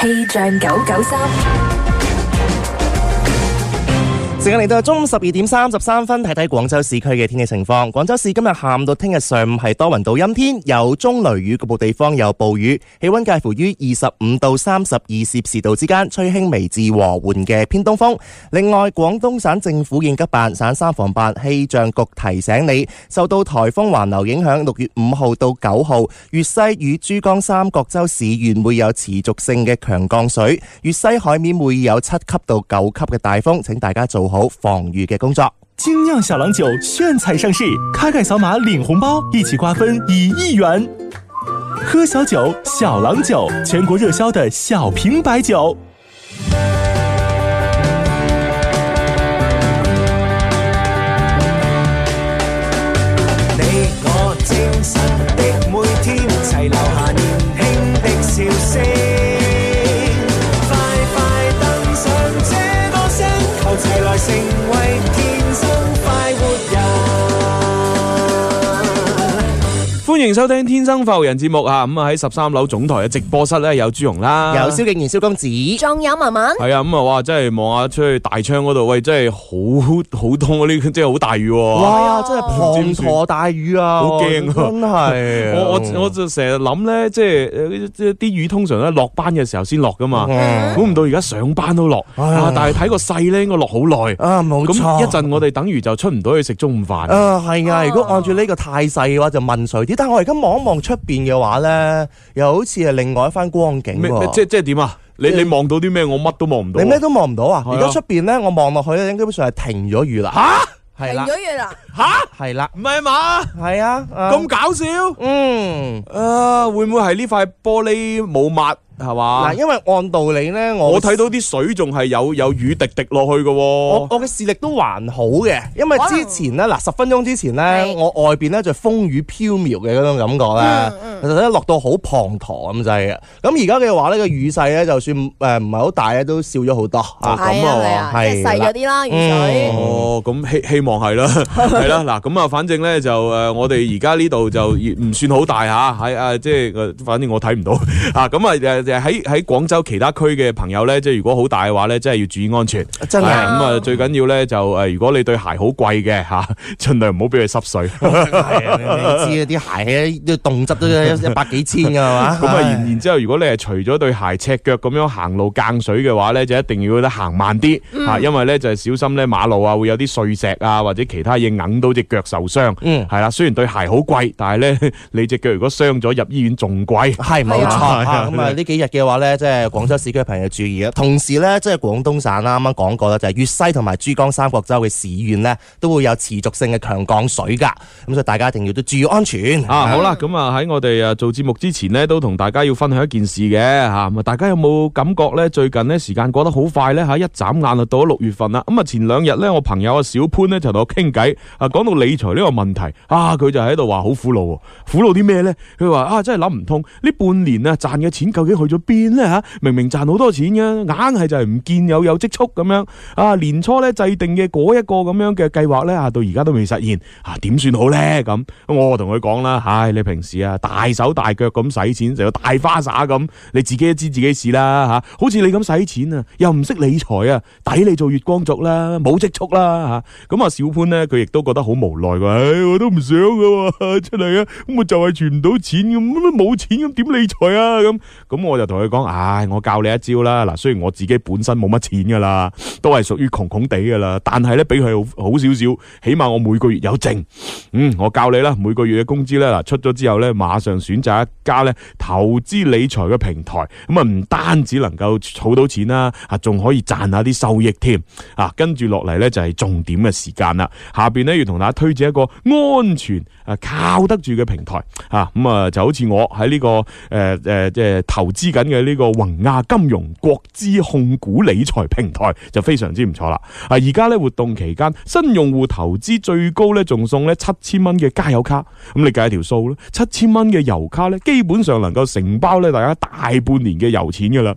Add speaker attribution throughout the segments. Speaker 1: 氣象九九三，
Speaker 2: 時間嚟到中午十二點三十三分，睇睇廣州市區嘅天氣情況。廣州市今日下午到聽日上午係多雲到陰天，有中雷雨，局部地方有暴雨。氣温介乎於二十五到三十二攝氏度之間，吹輕微至和緩嘅偏東風。另外，廣東省政府應急辦、省三防辦、氣象局提醒你，受到颱風環流影響，六月五號到九號，粵西與珠江三角洲市縣會有持續性嘅強降水，粵西海面會有七級到九級嘅大風，請大家做好防禦嘅工作。
Speaker 3: 精釀小郎酒炫彩上市，开盖扫码领红包，一起瓜分一亿元。喝小酒，小郎酒，全国热销的小瓶白酒。
Speaker 4: 你我精神的每天，齊留下年輕的笑聲。快快登上這歌聲，求齊來成為天生快活人。
Speaker 5: 欢迎收聽《天生浮人》節目啊！咁啊喺十三樓總台嘅直播室咧有朱容啦，
Speaker 2: 有蕭敬元、蕭公子，
Speaker 1: 仲有文文，
Speaker 5: 係啊！咁啊哇，真係望下出去大窗嗰度，喂，真係好好凍啊！呢個真係好大雨喎、
Speaker 2: 哇！真係滂沱大雨啊，
Speaker 5: 好 驚啊
Speaker 2: 真係。
Speaker 5: 我我我就成日諗咧，即係呃即係啲雨通常咧落班嘅時候先落噶嘛，
Speaker 2: 嗯
Speaker 5: 估唔到而家上班都落
Speaker 2: 唉
Speaker 5: 啊！但係睇個勢咧，應該落好耐。
Speaker 2: 啊，冇
Speaker 5: 咁
Speaker 2: 錯。
Speaker 5: 一陣我哋等於就出唔到去食中午飯。
Speaker 2: 啊，係啊！
Speaker 1: 哦
Speaker 2: 如果按住呢個態勢嘅話，就問水啲。但係我而家望一望出邊嘅話咧，又好似係另外一番光景
Speaker 5: 咩
Speaker 2: 喎。
Speaker 5: 即即係點啊？你
Speaker 2: 即
Speaker 5: 你望到啲咩？我乜都望唔到啊。
Speaker 2: 你咩都望唔到啊！
Speaker 5: 係啊
Speaker 2: 而家出邊咧，我望落去咧，基本上係停咗雨啦。吓，係
Speaker 1: 停
Speaker 2: 啦，
Speaker 1: 咗嘢啦，
Speaker 5: 吓？
Speaker 2: 係啦，
Speaker 5: 唔係嘛？
Speaker 2: 係啊，啊
Speaker 5: 咁搞笑？
Speaker 2: 嗯
Speaker 5: 啊，會唔會係呢塊玻璃冇抹係嘛
Speaker 2: 嗱，？因為按道理咧，我
Speaker 5: 我睇到啲水仲係有有雨滴滴落去嘅
Speaker 1: 哦
Speaker 2: 我
Speaker 5: 喎。
Speaker 2: 我嘅視力都還好嘅，因為之前咧嗱十分鐘之前咧
Speaker 1: 係，
Speaker 2: 我外邊咧就風雨飄渺嘅嗰種感覺
Speaker 1: 嗯
Speaker 2: 咧，其實咧落到好滂沱咁滯嘅。咁而家嘅話呢個雨勢咧就算誒唔係好大咧，都少咗好多啊
Speaker 1: 係啊係啊，即係細
Speaker 2: 啦
Speaker 1: 咗啲啦，雨水。
Speaker 2: 嗯
Speaker 5: 哦，咁希希望係 啦，係啦，嗱，咁啊，反正咧就誒，我哋而家呢度就唔算好大嚇，喺啊，即係呃反正我睇唔到 啊，咁啊誒誒喺喺廣州其他區嘅朋友咧，即係如果好大嘅話咧，真係要注意安全。
Speaker 2: 真
Speaker 5: 係
Speaker 2: 係。
Speaker 5: 咁啊，最緊要咧就誒，如果你對鞋好貴嘅嚇， 盡量唔好俾佢濕水。
Speaker 2: 係啊你知啊，啲鞋咧，動輒都一一百幾千㗎係嘛？
Speaker 5: 咁啊，然然之後，如果你係除咗對鞋赤腳咁樣行路更水嘅話咧，就一定要咧行慢啲
Speaker 2: 嗯
Speaker 5: 嚇，因為咧就係小心咧馬路啊會有啲碎石啊或者其他嘢揞到只腳受傷。
Speaker 2: 嗯
Speaker 5: 係啦，雖然對鞋好貴，但係咧 你只腳如果傷咗入醫院仲貴。
Speaker 2: 係冇錯
Speaker 1: 係
Speaker 5: 啊 係
Speaker 2: 啊
Speaker 5: 啊
Speaker 2: 咁啊呢幾日嘅話咧，即係廣州市區嘅朋友注意啊。同時咧，即係廣東省啦，啱啱講過啦，就係、粵西同埋珠江三角洲嘅市縣咧，都會有持續性嘅強降水㗎。咁所以大家一定要都注意安全。
Speaker 5: 啊，好啦，咁啊喺我哋啊做節目之前呢，都同大家要分享一件事嘅吓，咁啊大家有冇感覺呢？最近呢時間過得好快呢，吓，一眨眼就到咗六月份啦。咁啊前兩日呢，我朋友啊小潘呢就同我傾偈，啊講到理財呢個問題，啊佢就喺度話好苦惱喎，苦惱啲咩呢？佢話啊真係諗唔通，呢半年啊賺嘅錢究竟去咗邊呢？吓？明明賺好多錢嘅，啊硬係就係唔見有有積蓄咁樣。啊年初呢制定嘅嗰一個咁樣嘅計劃呢，啊到而家都未實現，啊點算好呢？咁我同佢講啦，唉，你平時啊大手大腳咁使錢，就有大花灑咁，你自己都知自己事啦吓、好似你咁使錢啊，又唔識理財啊，抵你做月光族啦，冇積蓄啦吓。咁啊，小潘呢，佢亦都覺得好無奈喎，唉，我都唔想噶，出嚟啊，咁我就係存唔到錢咁，咁冇錢咁點理財啊咁。咁我就同佢講，唉，我教你一招啦。嗱，雖然我自己本身冇乜錢噶啦，都係屬於窮窮地噶啦，但係咧比佢好好少少，起碼我每個月有剩。嗯，我教你啦，每個月嘅工資咧，嗱出咗之後咧，馬上選擇一家咧投資理財嘅平台，咁啊唔單止能夠儲到錢啦，啊仲可以賺下啲收益添。啊，跟住落嚟咧就係重點嘅時間啦。下邊咧要同大家推薦一個安全啊靠得住嘅平台啊，咁啊就好似我喺呢、個誒誒即係投資緊嘅呢個宏亞金融國資控股理財平台就非常之唔錯啦。啊，而家咧活動期間，新用戶投資最高咧仲送咧七千蚊嘅加油卡，咁你計條數啦，七千蚊嘅油卡咧，基本上能夠承包咧大家大半年嘅油錢噶啦。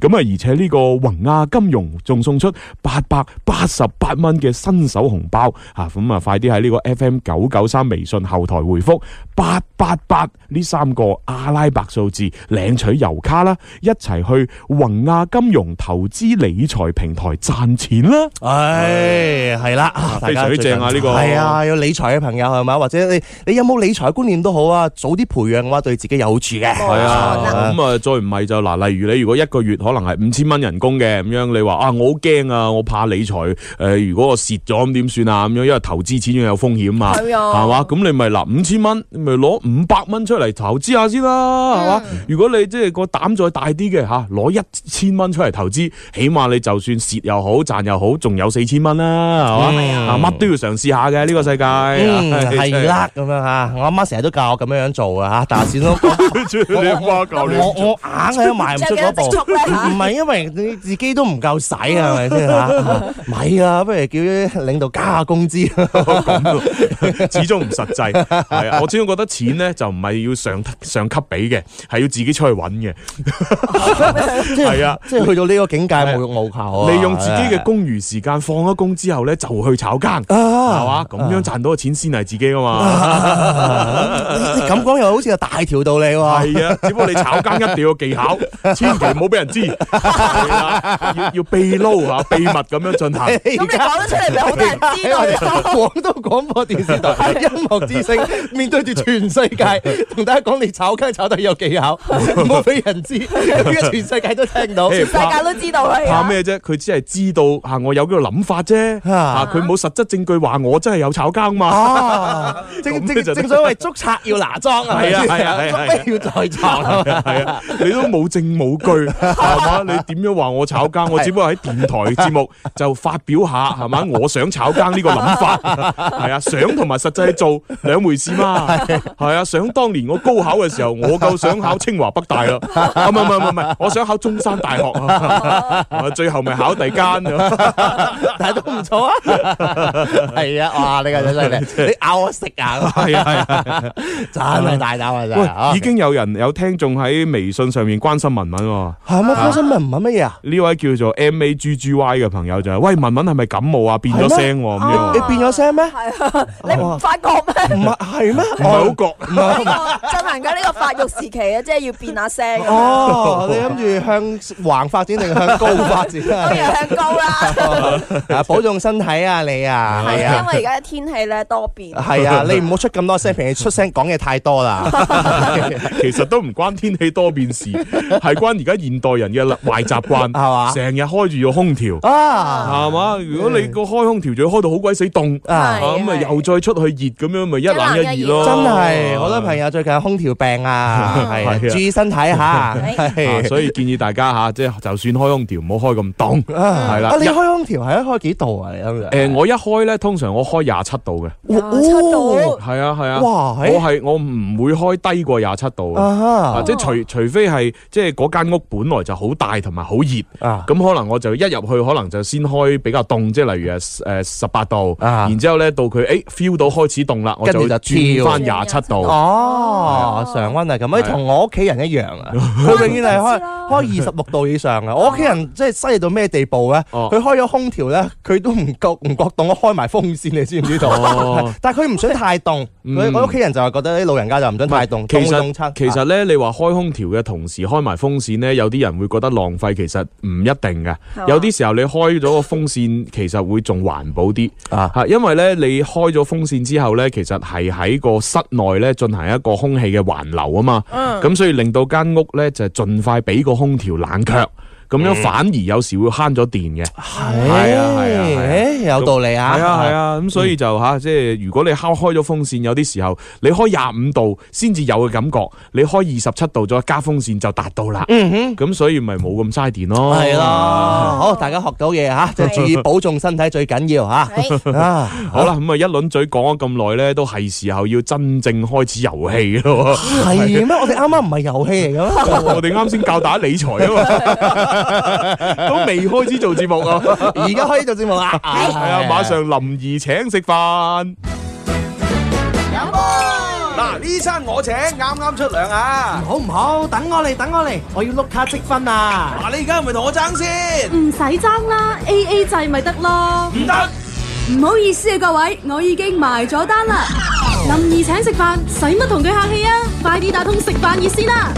Speaker 5: 咁啊，而且呢個宏亞金融仲送出八百八十八蚊嘅新手紅包啊！咁啊，快啲喺呢個 FM 九九三微信後台回覆八八八呢三個阿拉伯數字領取油卡啦，一齊去宏亞金融投資理財平台賺錢啦！
Speaker 2: 唉，系啦，啊
Speaker 5: 非常之正啊呢個
Speaker 2: 系啊，有理財嘅朋友係嘛，或者你你有冇理財嘅觀念都好啊，早啲培養嘅話，對自己有好處嘅。
Speaker 1: 係
Speaker 5: 系啊，
Speaker 1: 啦
Speaker 5: 咁啊，再唔係就嗱，例如你如果一個月可能係五千蚊人工嘅咁樣，你話啊，我好驚啊，我怕理財诶、呃如果我蝕咗咁點算啊？咁樣因為投資始終有風險嘛，
Speaker 1: 係啊
Speaker 5: 係嘛？咁你咪嗱五千蚊，你咪攞五百蚊出嚟投資下先啦，係嘛？如果你即係個膽再大啲嘅吓，攞一千蚊出嚟投資，起碼你就算蝕又好賺又好，仲有四千蚊啦，係嘛？
Speaker 2: 嗯
Speaker 5: 啊，乜都要嘗試下嘅呢個世界，
Speaker 2: 嗯，
Speaker 5: 唉
Speaker 2: 係，啦，咁樣吓，我阿媽成日都教我咁樣樣做啊吓，但係始終
Speaker 5: 真係 你阿媽教你。
Speaker 2: 我我硬係都邁唔出嗰一步。唔係因為你自己都唔夠使啊，係咪 先吓？咪啊，不如叫啲領導加下工資。啊
Speaker 5: 始終唔實際，係啊！我始終覺得錢咧就唔係要上上級俾嘅，係要自己出去揾嘅。係啊，
Speaker 2: 即係去到呢個境界無欲無求啊！
Speaker 5: 利用自己嘅公餘時間放咗工之後咧，就去炒更，係嘛？咁樣賺到嘅錢先係自己噶嘛。
Speaker 2: 啊 你咁講又好似有大條道理喎。
Speaker 5: 係啊，只不過你炒更一定要有技巧，千祈唔好俾人知，係啊要要秘 撈嚇，秘密咁樣進
Speaker 2: 哎
Speaker 5: 行。
Speaker 1: 咁你講得出嚟，咪好多人知道
Speaker 2: 我哋
Speaker 1: 你
Speaker 2: 廣東廣播電視 台音樂之聲，面對住全世界，同大家講你炒雞炒得有技 巧，唔好俾人知，因為全世界都聽到。
Speaker 5: 嘿
Speaker 1: 世界都知道佢。
Speaker 5: 怕咩啫？佢只係知道吓我有呢個諗法啫，吓
Speaker 2: 啊
Speaker 5: 佢冇實質證據話我真係有炒更嘛。
Speaker 2: 啊！正
Speaker 5: 咁
Speaker 2: 正
Speaker 5: 就得
Speaker 2: 正所謂捉賊要拿裝啊，
Speaker 5: 係啊係啊係啊 係啊
Speaker 2: 捉咩要在床 啊
Speaker 5: 系啊，你都冇證冇據，係嘛？ 你點樣話我炒更？我只不過喺電台節目 就發表下，係嘛？我想炒更呢個諗法，係啊，想同埋實際做兩回事嘛。係啊，想當年我高考嘅時候，我夠想考清華北大啦，啊唔係唔係唔係唔係，我想考中 山大學，啊最後咪考第間啊
Speaker 2: 但係都唔錯啊！係啊，哇！ 你個仔真係，你咬我食啊！
Speaker 5: 係啊係啊。
Speaker 2: 真係大膽啊！真係啊
Speaker 5: 喂，已經有人有聽眾喺微信上面關心文文喎。
Speaker 2: 係咪關心問唔問乜嘢啊？
Speaker 5: 呢位叫做 M A G G Y 嘅朋友就係：喂，文文係咪感冒啊？變咗聲喎咁
Speaker 1: 啊
Speaker 5: 樣
Speaker 2: 你，變咗聲咩？哦
Speaker 1: 係啊，你唔發覺咩？
Speaker 2: 唔係係 咩？
Speaker 5: 唔係好覺。
Speaker 1: 呢個進行緊呢個發育時期啊，即係要變下聲咁樣。
Speaker 2: 哦，你諗住向橫發展定向高發展
Speaker 1: 當然
Speaker 2: 啊？
Speaker 1: 向高啦，
Speaker 2: 啊，保重身體啊，你啊，
Speaker 1: 係
Speaker 2: 係
Speaker 1: 啊，因
Speaker 2: 啊。
Speaker 1: 為而家天氣咧多變。
Speaker 2: 係啊，你唔好出咁多聲，平時出聲講嘢太多 啦。
Speaker 5: 其實都唔關天氣多變事，係關而家現代人嘅壞習慣，
Speaker 2: 係嘛
Speaker 5: 成日開住個空調，
Speaker 2: 啊
Speaker 5: 係嘛？如果你個開空調仲要開到好鬼死凍，
Speaker 2: 啊！
Speaker 5: 啊咁啊
Speaker 1: 係
Speaker 5: 又再出去熱咁樣，咪一冷一熱
Speaker 1: 一冷一熱
Speaker 5: 咯。
Speaker 2: 真係，好多朋友最近有空調病啊，係啊
Speaker 5: 係啊
Speaker 2: 注意身體 嚇。
Speaker 5: 啊
Speaker 2: 係
Speaker 5: 所以建議大家吓，即係就算開空調唔好開咁凍，
Speaker 2: 啊
Speaker 5: 係啦
Speaker 2: 啊你
Speaker 5: 一
Speaker 2: 開空調係開幾度啊？你咁樣？
Speaker 5: 诶，我一開咧，通常我開廿七度嘅，
Speaker 1: 廿七度
Speaker 2: 哦
Speaker 5: 係啊係啊，
Speaker 2: 哇
Speaker 5: 我
Speaker 2: 係
Speaker 5: 係我唔會開低過廿七度嘅。啊，
Speaker 2: 啊
Speaker 5: 即係除除非係即係嗰間屋本來就好大同埋好熱，
Speaker 2: 啊！
Speaker 5: 咁可能我就一入去可能就先開比較凍，即係例如誒誒十八度，
Speaker 2: 啊
Speaker 5: 然之後咧到佢誒 feel 到開始凍啦，我
Speaker 2: 跟住
Speaker 5: 就
Speaker 2: 就
Speaker 5: 轉
Speaker 2: 跳
Speaker 5: 翻廿七度。
Speaker 2: 哦，常温係咁，你同我屋企人一樣 啊！佢永遠係開
Speaker 1: 知啦哦
Speaker 2: 開二十六度以上啊！我屋企人即係犀利到咩地步咧？
Speaker 5: 哦
Speaker 2: 佢開咗空調咧，佢都唔覺唔覺凍，我開埋風扇，你知唔知
Speaker 5: 哦嗯
Speaker 2: 道？ 但係佢唔想太凍，佢我屋企人就係覺得啲老人家就唔想太凍，
Speaker 5: 其
Speaker 2: 凍會凍
Speaker 5: 實
Speaker 2: 親。
Speaker 5: 其實咧，你
Speaker 2: 啊
Speaker 5: 話開空調嘅同時開埋風扇咧，有啲人會覺得浪費，其實唔一定嘅
Speaker 1: 係嘛。
Speaker 5: 有啲時候你開咗個風扇，其實會仲環保啲。
Speaker 2: 啊
Speaker 5: 嚇，因為咧你開咗風扇之後咧，其實係喺個室內咧進行一個空氣嘅環流啊嘛，咁、所以令到間屋咧就盡快俾個空調冷卻，咁
Speaker 2: 嗯
Speaker 5: 樣反而有時會慳咗電嘅。係啊係啊係啊
Speaker 2: 誒有道理啊！
Speaker 5: 係啊係啊，咁所以就吓，即係如果你敲開咗風扇，有啲時候你開廿五度先至有嘅感覺，你開二十七度再加風扇就達到啦。咁所以咪冇咁嘥電咯。
Speaker 2: 嗯係咯，
Speaker 5: 哦
Speaker 2: 好大家學到嘢嚇，即係注意保重身體最緊要嚇。
Speaker 1: 係
Speaker 2: 啊，
Speaker 5: 好啦，咁啊一輪嘴講咗咁耐咧，都係時候要真正開始遊戲 咯。
Speaker 2: 係咩？我哋啱啱唔係遊戲嚟嘅咩？
Speaker 5: 我哋啱先教大家理財啊嘛，都未開始做節目啊，係
Speaker 2: 而家開始做節目啦！係
Speaker 5: 啊，馬上林兒請食飯。
Speaker 4: 嗱，呢餐我請，啱啱出糧啊！
Speaker 2: 好唔好？等我嚟，等我嚟，我要碌卡積分啊！
Speaker 4: 嗱，你而家係咪同我爭先？
Speaker 6: 唔使爭啦，A A 制咪得咯。
Speaker 4: 唔得，
Speaker 6: 唔好意思啊，各位，我已經埋咗單啦。林怡請食飯，使乜同佢客氣啊？快啲打通食飯熱線啦！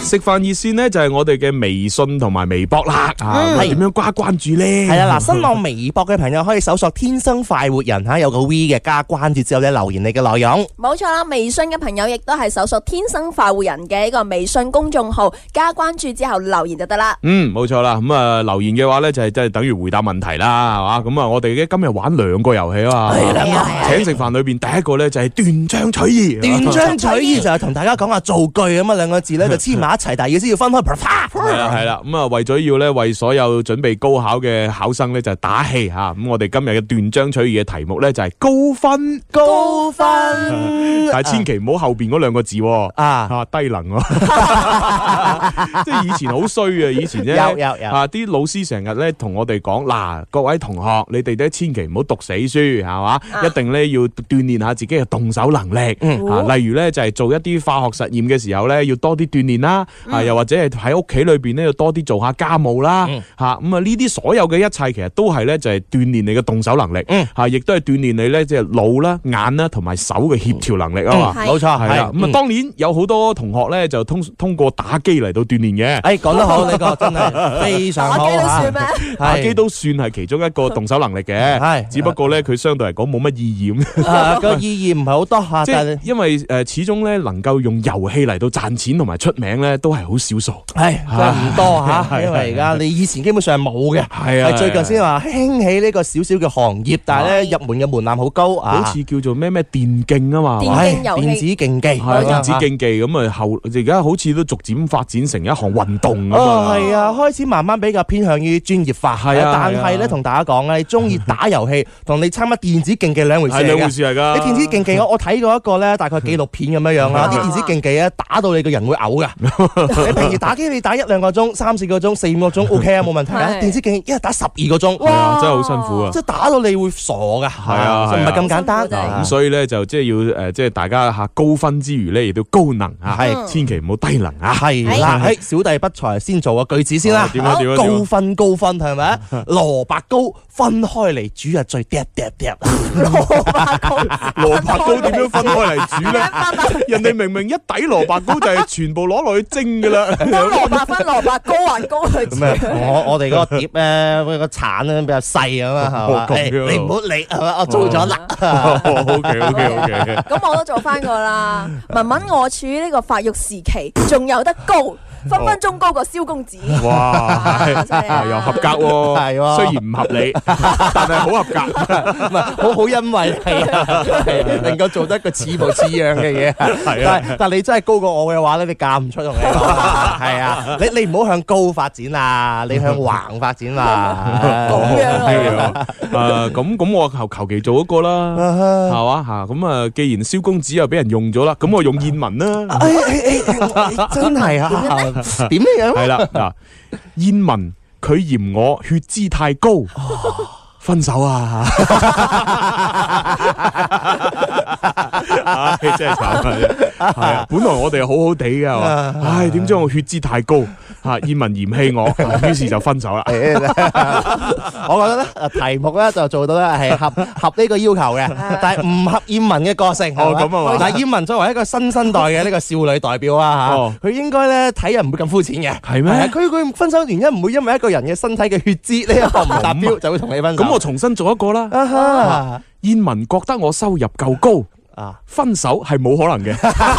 Speaker 5: 食飯熱線呢，就係我哋嘅微信同埋微博啦，啊，咁啊
Speaker 2: 嗯係
Speaker 5: 點樣加關注呢？
Speaker 2: 系啦，嗱，新浪微博嘅朋友可以搜索“天生快活人”吓，有個 V 嘅加關注之後咧，留言你嘅內 容。
Speaker 1: 冇錯啦，微信嘅朋友亦都係搜索天生快活人嘅一個微信公眾號，加關注之後留言就 得啦。
Speaker 5: 嗯，冇錯啦。咁啊，留言嘅話咧，就係即係等於回答問題啦，係嘛？咁啊，我哋嘅今日玩兩個遊戲啊嘛，
Speaker 1: 係啊係啊
Speaker 5: 請食飯裏邊第一個咧就係斷章取義，
Speaker 2: 斷章取義就係同大家講話造句咁啊兩個字咧就黐埋一齊，但係意思要分開。啪
Speaker 5: 係啦係啦。咁啊，為咗要咧為所有準備高考嘅考生咧就打氣嚇。咁我哋今日嘅斷章取義嘅題目咧就係高分，
Speaker 2: 高分，
Speaker 5: 但係千祈唔好後邊嗰兩個字喎。
Speaker 2: 啊！
Speaker 5: 啊，低能 咯，即係以前好衰啊！以前咧，
Speaker 2: 有有有
Speaker 5: 啊，啲老師成日咧同我哋講，嗱，各位同學，你哋咧千祈唔好讀死書，係嘛，
Speaker 2: 啊
Speaker 5: 一定咧要鍛鍊下自己嘅動手能力，
Speaker 2: 嗯哦
Speaker 5: 啊，例如咧就係做一啲化學實驗嘅時候咧，要多啲鍛鍊啦，
Speaker 2: 嗯
Speaker 5: 啊，又或者係喺屋企裏邊咧要多啲做下家務啦，
Speaker 2: 嗯
Speaker 5: 嚇，咁啊呢啲所有嘅一切其實都係咧就係鍛鍊你嘅動手能力
Speaker 2: 嗯，
Speaker 5: 嚇，亦都係鍛鍊你咧即係腦啦、眼啦同埋手嘅協調能力啊嘛。
Speaker 1: 係
Speaker 2: 冇錯，
Speaker 5: 系啦，
Speaker 2: 嗯
Speaker 5: 咁啊，當然有好多同學咧就通通過打機嚟到鍛鍊嘅，
Speaker 2: 誒講得好，呢個真係非常
Speaker 1: 打
Speaker 2: 好
Speaker 1: 機都
Speaker 2: 嚇
Speaker 1: 算咩？
Speaker 5: 打機都算係其中一個動手能力嘅
Speaker 2: 係，嗯
Speaker 5: 只不過咧佢相對嚟講冇乜意義咁，
Speaker 2: 啊個意義唔係好多嚇，
Speaker 5: 即
Speaker 2: 但係
Speaker 5: 係因為诶始終咧能夠用遊戲嚟到賺錢同埋出名咧都係好少數，
Speaker 2: 係真係唔多嚇，
Speaker 5: 係
Speaker 2: 因為而家你以前基本上冇嘅。
Speaker 5: 係
Speaker 2: 係最近先話興起呢個小小嘅行業，但係咧入門嘅門檻好高啊！
Speaker 5: 好似叫做咩咩電競啊嘛。係嘛
Speaker 1: 電競遊戲
Speaker 2: 電子競技，
Speaker 5: 係
Speaker 1: 冇錯
Speaker 5: 電子競技咁啊，後而家好似都逐漸發展成一項運動咁
Speaker 2: 哦，
Speaker 5: 啊。
Speaker 2: 係啊，開始慢慢比較偏向於專業化，
Speaker 5: 係啊
Speaker 2: 但係
Speaker 5: 係啊
Speaker 2: 咧，同大家講咧，你中意打遊戲同你參加電子競技兩回事
Speaker 5: 係兩
Speaker 2: 嚟
Speaker 5: 回
Speaker 2: 㗎。
Speaker 5: 事嚟㗎。
Speaker 2: 你電子競技，我我睇過一個咧，大概紀錄片咁樣樣
Speaker 5: 啊
Speaker 2: 啦。啲電子競技咧，打到你個人會嘔 㗎。你平時打機，你打一兩個鐘、三四個鐘、四五個鐘，OK 啊，冇問題啊。
Speaker 1: 係
Speaker 2: 電子競技一日打十二個鐘，
Speaker 5: 係啊真係好辛苦啊
Speaker 2: 即係打到你會傻㗎，係
Speaker 5: 啊
Speaker 2: 唔係咁簡
Speaker 1: 辛苦真係
Speaker 2: 單
Speaker 5: 咁。所以咧就即係要诶，呃即係大家吓高分之餘咧，亦都高能啊，
Speaker 2: 係
Speaker 5: 千祈唔好低能啊。
Speaker 2: 係啦，誒小弟不才先做個句子先啦
Speaker 5: 哦。點啊點啊點啊
Speaker 2: 高分高分係咪 啊？蘿蔔糕分開嚟煮啊，最嗲嗲嗲。
Speaker 1: 蘿蔔糕，
Speaker 5: 蘿蔔糕點樣分
Speaker 2: 啊
Speaker 1: 啊
Speaker 5: 開嚟 煮咧？
Speaker 1: 分分
Speaker 5: 人哋明明一底蘿蔔糕就係全部攞落去蒸噶 啦，
Speaker 1: 當蘿蔔分蘿蔔糕還高去
Speaker 2: 咁啊，我我哋嗰個碟咧，嗰個鏟咧比較細啊嘛，係嘛？
Speaker 5: 哦咁樣
Speaker 2: 誒你唔好理係嘛，我做咗啦。
Speaker 5: O K O K O K，
Speaker 1: 咁我都做翻個啦。文文我處於呢個發育時期，仲有得高，分分鐘高過蕭公子。
Speaker 5: 哇，
Speaker 1: 啊真係啊
Speaker 5: 又合格喎，
Speaker 2: 係喎
Speaker 5: 雖然唔合理，但係好合格，
Speaker 2: 唔係，好好欣慰 係啊，係啊能夠做得一個似模似樣嘅嘢。
Speaker 5: 係啊
Speaker 2: 但係但係你真係高過我嘅話咧，你嫁唔出同你 講。係啊，你你唔好向高發展啦，你向橫發展啦。
Speaker 1: 咁樣啊咯
Speaker 5: 誒啊咁咁我求求其做一個
Speaker 2: 啊
Speaker 5: 啦，係嘛嚇，咁啊既然蕭公子又俾人用咗啦，咁我用燕文啦，
Speaker 2: 哎哎哎，真 係啊，點樣
Speaker 5: 係啦嗱，燕文佢嫌我血脂太高，分手啊！唉，真係慘啊！係啊，本來我哋好好地嘅，係
Speaker 2: 啊
Speaker 5: 嘛唉，點知我血脂太高，吓燕文嫌棄我，於是就分手啦。
Speaker 2: 我覺得咧，題目咧就做到咧係合合呢個要求 嘅，但係唔合燕文嘅個性。係
Speaker 5: 哦
Speaker 2: 嘛
Speaker 5: 咁啊嘛
Speaker 2: 但係燕文作為一個新生代嘅呢個少女代表啊
Speaker 5: 哦
Speaker 2: 嚇，佢應該咧睇人唔會咁膚淺嘅。
Speaker 5: 係 咩
Speaker 2: 係啊佢佢分手原因唔會因為一個人嘅身體嘅血脂呢一個唔達標就會同你分手。
Speaker 5: 咁我重新做一個啦。
Speaker 2: 啊哈
Speaker 5: 燕文覺得我收入夠高，
Speaker 2: 啊，
Speaker 5: 分手係冇可能嘅。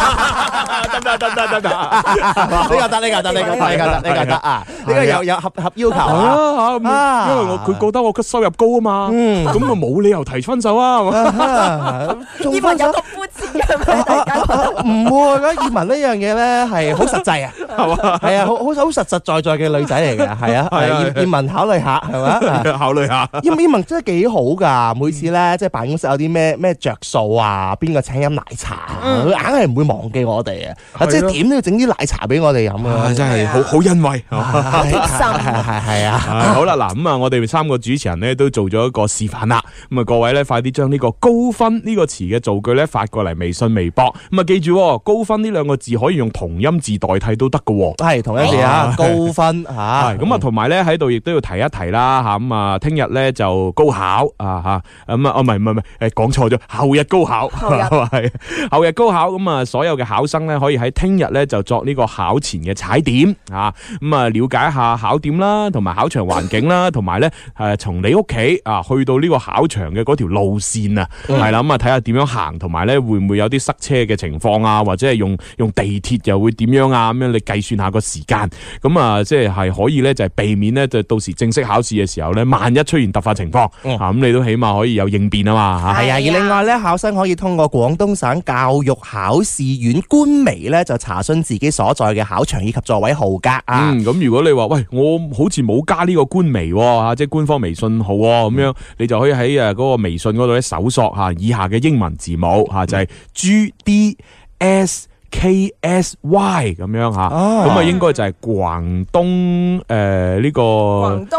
Speaker 5: 得唔得得唔得得唔得
Speaker 2: 呢個得，呢個得，呢個得，呢個得，呢個得啊！呢個有有合合要求 啊。
Speaker 5: 啊咁
Speaker 2: 啊
Speaker 5: 因為我佢覺得我嘅收入高啊嘛，
Speaker 2: 嗯
Speaker 5: 咁啊冇理由提分手啊。係嘛
Speaker 2: 啊仲
Speaker 1: 以為
Speaker 2: 分手
Speaker 1: 有 咁膚淺嘅咩？大家覺
Speaker 5: 啊
Speaker 1: 得
Speaker 2: 唔會，覺得葉文呢樣嘢咧係好實際啊， 係嘛？係啊，好好好實實在在嘅女仔嚟嘅，係啊， 係
Speaker 5: 係啊
Speaker 2: 葉葉文考慮下係 嘛？
Speaker 5: 考慮下。
Speaker 2: 葉葉文真係幾好㗎，每次咧即係辦公室有啲咩咩着數啊，邊個請飲奶茶啊，佢硬係唔會忘記我哋啊，即係點都要整啲奶茶俾我哋飲啊
Speaker 5: 啊，！真係好好欣慰。
Speaker 2: 好貼
Speaker 1: 心
Speaker 2: 係係係啊！
Speaker 5: 啊好啦，嗱咁啊，我哋三個主持人咧都做咗一個示範啦。咁啊，各位咧快啲將呢個高分呢個詞嘅造句咧發過嚟嚟微信、微博。咁啊，記住喎高分呢兩個字可以用同音字代替都得㗎喎。
Speaker 2: 系同一字啊，高分吓，
Speaker 5: 哦係咁啊，同埋咧喺度亦都要提一提啦吓，咁啊，聽日咧就高考啊吓，咁啊，哦唔係唔係唔係，誒講錯咗，後日高考，
Speaker 1: 後日
Speaker 5: 係後日高考，咁啊，所有嘅考生咧可以喺聽日咧就作呢個考前嘅踩點啊，咁啊，了解一下考點啦，同埋考場環境啦，同埋咧誒從你屋企啊去到呢個考場嘅嗰條路線啊，係啦，咁啊睇下點樣行，同埋咧會唔會有啲塞車嘅情況啊，或者係用用地鐵又會點樣啊，咁樣你計算下個時間。咁啊，即係可以咧，就係避免咧，就到時正式考試嘅時候咧，萬一出現突發情況，
Speaker 2: 嗯
Speaker 5: 啊咁你都起碼可以有應變啊嘛嚇。
Speaker 2: 系啊，而
Speaker 1: 係啊
Speaker 2: 另外咧，考生可以通過廣東省教育考試院官微咧，就查詢自己所在嘅考場以及座位號格啊。
Speaker 5: 嗯，咁如果你話喂，我好似冇加呢個官微喎、啊即係官方微信號喎、咁樣，你就可以喺呃誒嗰個微信嗰度咧搜索嚇、以下嘅英文字母嚇、就係 G D S。K S Y 咁樣嚇，
Speaker 2: 哦
Speaker 5: 咁啊應該就係廣東誒呢個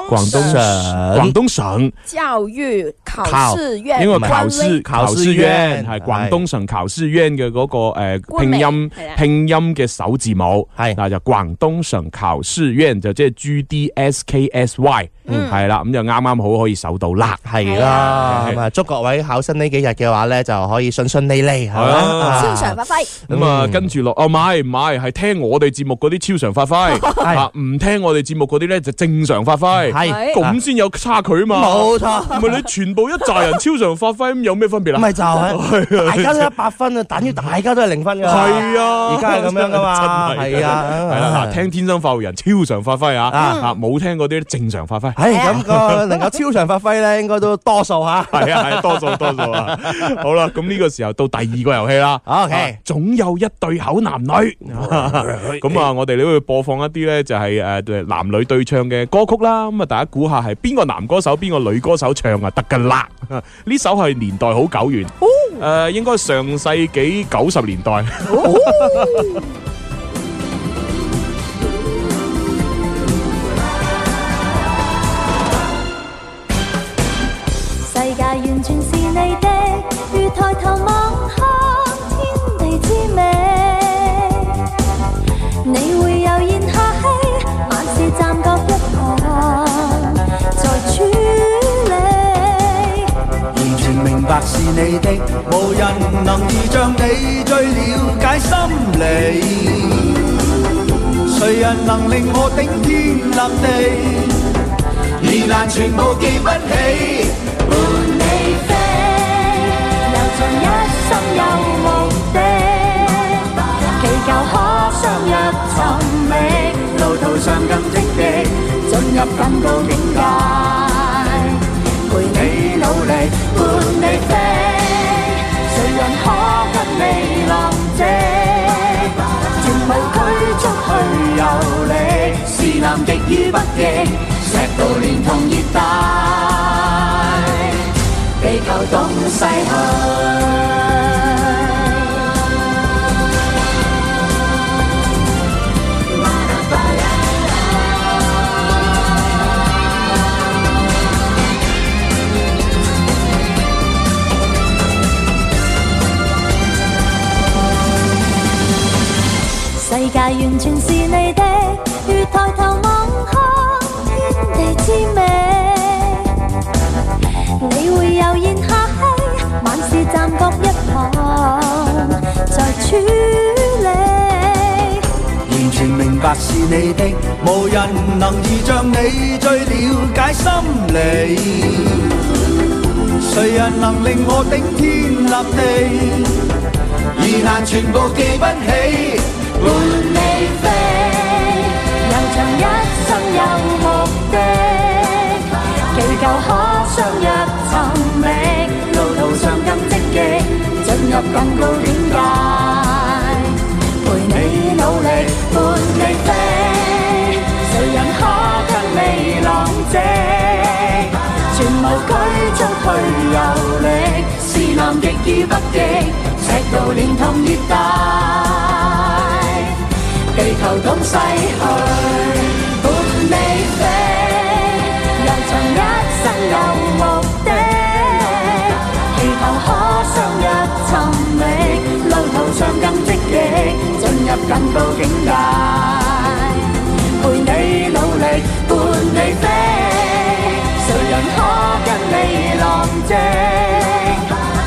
Speaker 1: 廣東省
Speaker 5: 廣東省
Speaker 1: 教育考試院
Speaker 5: 因為
Speaker 1: 官
Speaker 5: 考
Speaker 1: 微
Speaker 5: 試
Speaker 2: 考
Speaker 5: 考
Speaker 2: 試
Speaker 5: 試
Speaker 2: 院
Speaker 5: 院係
Speaker 2: 係
Speaker 5: 廣東省考試院嘅嗰個誒拼
Speaker 1: 官微
Speaker 5: 音
Speaker 1: 係啦
Speaker 5: 拼音嘅首字母
Speaker 2: 係
Speaker 5: 嗱就廣東省考試院就即係 G D S K S Y
Speaker 1: 嗯
Speaker 5: 係啦，咁就啱啱好可以搜到啦。
Speaker 2: 係啦，咁啊，祝各位考生呢幾日嘅話咧，就可以順順利利，係
Speaker 5: 係啊
Speaker 1: 超
Speaker 2: 嘛？
Speaker 1: 常發揮，
Speaker 5: 咁啊，
Speaker 2: 嗯
Speaker 5: 跟住落哦，唔係唔係，係聽我哋節目嗰啲超常發 揮，啊唔聽我哋節目嗰啲咧就正常發揮，
Speaker 2: 係
Speaker 5: 咁先有差距嘛。
Speaker 2: 冇錯。
Speaker 5: 唔係你全部一紮人超常發揮，咁有咩分別
Speaker 2: 唔
Speaker 5: 啊？
Speaker 2: 係就係，大家都一百分啊，等於大家都係零分㗎。
Speaker 5: 係啊，
Speaker 2: 而家係咁樣㗎嘛，
Speaker 5: 真係
Speaker 2: 係啊，
Speaker 5: 系啦，嗱，聽天生發育人超常發揮啊，
Speaker 2: 啊
Speaker 5: 啊，冇聽嗰啲正 常發揮。
Speaker 2: 唉，咁個能夠超常發揮咧，應該都多數吓。
Speaker 5: 係啊，係多數 多數啊。好啦，咁呢個時候到第二個遊戲啦。
Speaker 2: OK
Speaker 5: 啊總有一對口男女。咁啊，我哋呢會播放一啲咧就係诶男女對唱嘅歌曲啦。咁啊，大家估下係邊個男歌手、邊個女歌手唱啊得㗎啦。 呢首係年代好久遠，诶，应该上世紀九十年代。
Speaker 7: 世界完全是你的，如抬頭望看天地之美。你會悠然下氣，萬事站覺一旁，在處理。
Speaker 4: 完全明白是你的，無人能以像你最了解心理。誰人能令我頂天立地？疑難全部記不起。
Speaker 7: 伴你飛，遊盡一生有目的，祈求可相約尋覓，
Speaker 4: 路途上更積極，
Speaker 7: 進入更高境界，陪你努力，伴你飛，誰人可跟你浪跡？全無拘束去遊歷，
Speaker 4: 是南極與北極，石道連同熱帶，
Speaker 7: 地球東西去。世界完全是你的，如抬頭望看天地之美。你會悠然下氣，萬事站角一旁，在處理。
Speaker 4: 完全明白是你的，無人能以像你最了解心理。誰人能令我頂天立地？疑難全部記不起，
Speaker 7: 伴你飛，悠長一生有目的，祈求可相約尋覓，路途上更積極，進入更高境界。陪你努力，伴你飛，誰人可跟你浪跡？全無拘束去遊歷，是南極與北極，赤道連同熱帶。地球東西去，伴你飛，悠長一生有目的，祈求可相約尋覓，更高境界，陪你努力，伴你飛，誰人可跟你浪跡？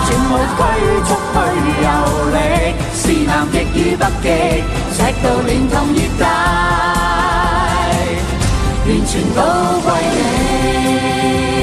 Speaker 7: 全無拘束去遊歷，是南極與北極，赤道連同熱帶，完全都歸你。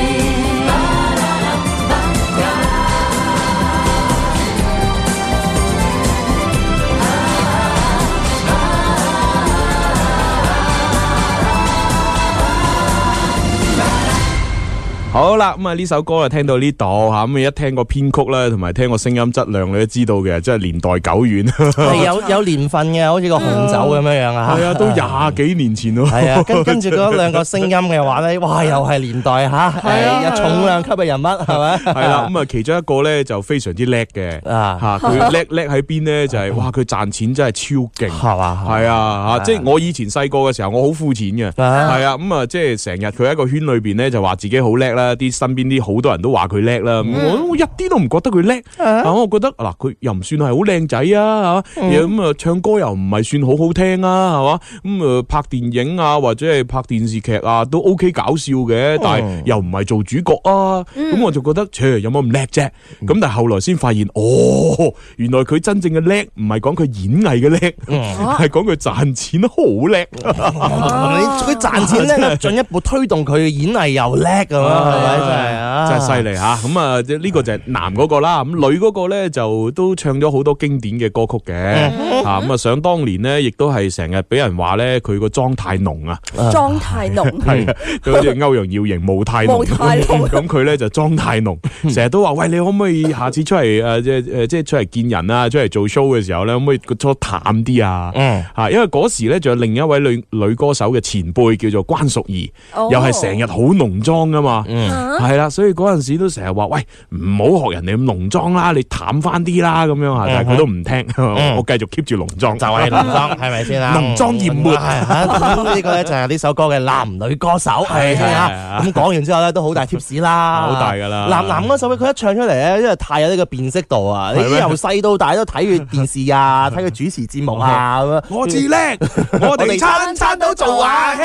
Speaker 5: 好啦，咁啊呢首歌啊聽到呢度吓，咁啊一聽個編曲咧，同埋聽個聲音質量，你都知道嘅，即係年代久遠。
Speaker 2: 係有有年份嘅，好似個紅酒咁樣樣啊。
Speaker 5: 啊係 啊，都廿幾年前咯。
Speaker 2: 係啊， 跟跟住嗰兩個聲音嘅話咧，哇，又係年代嚇，係有重量級嘅 人物係咪？
Speaker 5: 系啊啦，咁啊，其中一個咧就非常之叻 嘅，
Speaker 2: 啊
Speaker 5: 吓佢叻叻喺邊咧就係哇，佢賺錢真係超勁，
Speaker 2: 係嘛
Speaker 5: 係啊，吓即係我以前細個嘅時候，我好膚淺嘅，
Speaker 2: 啊
Speaker 5: 係啊，咁啊，即係成日佢喺個圈裏边咧就話自己好叻啦，啲身邊啲好多人都話佢叻啦，咁我我一啲都唔覺得佢叻，嗯啊，我覺得嗱佢又唔算係好靚仔啊，吓咁啊，唱歌又唔係算好好聽啊，係嘛，咁啊拍電影啊或者係拍電視劇啊都 OK 搞笑嘅，但係又唔係做主角啊，咁我就覺得，切有冇咁叻啫？咁但係後來先發現，哦，原來佢真正嘅叻唔係講佢演藝嘅叻，係講佢賺錢好叻。
Speaker 2: 你佢賺錢咧，進一步推動佢嘅演藝又叻咁樣，係咪真係啊？
Speaker 5: 真係犀利吓，咁啊，即係呢個就係男嗰個啦，咁女嗰個咧就都唱咗好多經典嘅歌曲嘅，吓咁啊，想當年咧，亦都係成日俾人話咧，佢個妝太濃啊，
Speaker 1: 妝太濃，
Speaker 5: 係啊，佢好似歐陽耀型冇太濃
Speaker 1: 嗯冇太 濃
Speaker 5: 咁佢咧就裝太濃，成日都話喂你可唔可以下次出嚟呃誒即係誒即係出嚟見人啊，出嚟做 show 嘅時候咧，可唔可以個妝淡啲啊？
Speaker 2: 嗯
Speaker 5: 嚇，因為嗰時咧仲有另一位女女歌手嘅前輩叫做關淑怡，
Speaker 1: 哦啊
Speaker 5: 又係成日好濃妝噶嘛，係啦，所以嗰陣時都成日話喂唔好學人哋咁濃妝啦，你淡翻啲啦咁樣嚇，啊但
Speaker 1: 嗯
Speaker 5: 係佢都唔聽， 我繼續 keep 住濃妝，
Speaker 2: 就係 濃妝，係咪先啊？
Speaker 5: 濃妝豔抹
Speaker 2: 係啊呢個咧就係呢首歌嘅男女歌手，係咪先
Speaker 5: 係係
Speaker 2: 啊？
Speaker 5: 係
Speaker 2: 咁講完之後咧，都好大 tips 啦，
Speaker 5: 好大㗎啦
Speaker 2: 男男嗰首咧，佢一唱出嚟咧，因為太有呢個辨識度啊！你
Speaker 5: 係咩
Speaker 2: 由細到大都睇佢電視 啊，睇佢主持節目啊
Speaker 5: 哦
Speaker 2: 咁樣。
Speaker 5: 我自叻， 我哋餐餐都做
Speaker 2: 啊
Speaker 5: 阿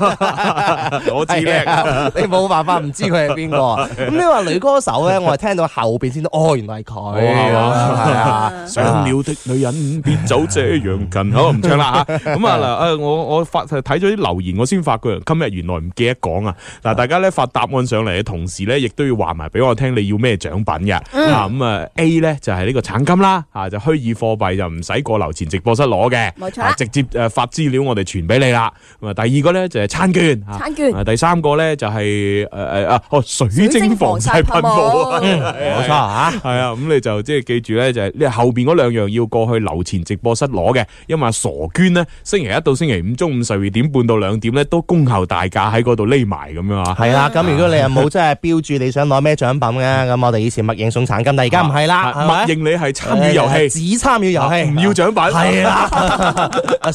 Speaker 5: h 我自
Speaker 2: 係
Speaker 5: 叻。
Speaker 2: 啊 你冇辦法唔知佢係邊 個。咁你話女歌手咧，我係聽到後邊先知，哦，原來係佢，
Speaker 5: 係嘛
Speaker 2: 係 啊。
Speaker 5: 上了的女人，別走這樣 近。好，唔唱啦吓。咁啊嗱，誒我我發睇咗啲留言，我先發覺今日原來唔記得講啊。嗱，大家咧發答案上嚟嘅同時咧，亦都要話埋俾我聽你要咩獎品嘅。啊咁啊 A 咧就係呢個橙金啦，啊就虛擬貨幣就唔使過樓前直播室攞嘅，
Speaker 1: 冇錯
Speaker 5: 啊直接誒發資料我哋傳俾你啦。咁啊第二個咧就係餐券，啊
Speaker 1: 餐券
Speaker 5: 啊第三個咧就係誒誒啊哦水晶防曬噴霧啊。
Speaker 2: 嗯冇錯嚇，
Speaker 5: 系啊，咁你就即系記住咧，就係你後边嗰兩樣要過去樓前直播室攞嘅，因為阿傻娟呢，星期一到星期五中午十二點半到兩點咧都恭候大家喺嗰度匿埋咁樣啊。
Speaker 2: 係啦。咁如果你又冇真係標注你想攞咩獎品嘅，咁我哋以前默認送橙金，但而家唔係啦，係咪
Speaker 5: 啊
Speaker 2: 啊
Speaker 5: 默認你係參與遊戲，啊
Speaker 2: 只參與遊戲，
Speaker 5: 唔要獎品。
Speaker 2: 係啦，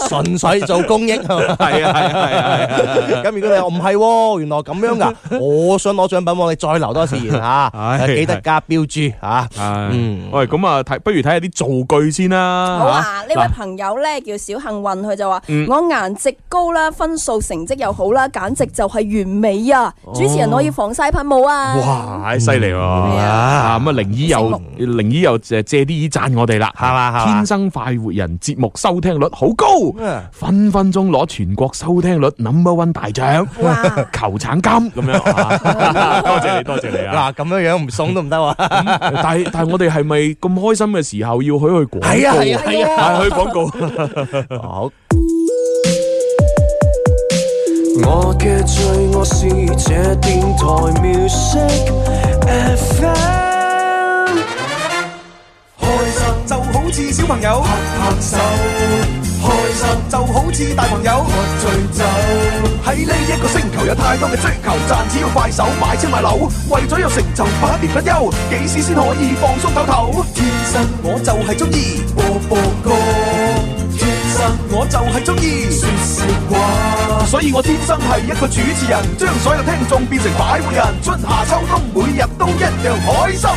Speaker 2: 純粹做公益。係
Speaker 5: 係啊，係啊，係啊係啊。
Speaker 2: 咁如果你話唔係喎，原來咁樣噶，我想攞獎品喎，你再留多次言嚇，
Speaker 5: 係
Speaker 2: 記得加標注嚇。
Speaker 5: 唉
Speaker 2: 嗯
Speaker 5: 喂，咁啊，睇不如睇下啲造句先啦。
Speaker 1: 好啊
Speaker 5: 嚇！
Speaker 1: 呢位
Speaker 5: 嗱
Speaker 1: 朋友咧叫小幸運，佢就話：
Speaker 5: 嗯
Speaker 1: 我顏值高啦，分數成績又好啦，簡直就係完美啊！主持人我要防曬噴霧啊！
Speaker 5: 哦哇，犀利喎！
Speaker 1: 啊
Speaker 5: 啊咁啊，靈姨
Speaker 1: 醒
Speaker 5: 又
Speaker 1: 目
Speaker 5: 靈姨又借借啲意讚我哋啦，
Speaker 2: 係嘛係嘛
Speaker 5: 天生快活人節目收聽率好高
Speaker 2: 嗯，
Speaker 5: 分分鐘攞全國收聽率 number one 大獎，
Speaker 1: 哇
Speaker 5: 求橙金 咁樣啊！多謝你，多謝你啊！
Speaker 2: 嗱咁樣樣唔送都唔得喎。
Speaker 5: 但係但係我哋係咪咁開心嘅時候要去去 廣告？
Speaker 2: 係啊係啊係啊
Speaker 5: 係去廣告。
Speaker 2: 好。
Speaker 4: 我嘅罪我是這電台 music FM，開心就好似小朋友拍拍手，開心就好似大朋友喝醉酒。喺呢一個星球有太多嘅追求，賺錢要快手買車買樓，為咗有成就百變不休，幾時先可以放鬆唞唞？天生我就係中意播播歌，天生我就係中意説笑話，所以我天生係一個主持人，將所有聽眾變成快活人，春夏秋冬每日都一樣開心。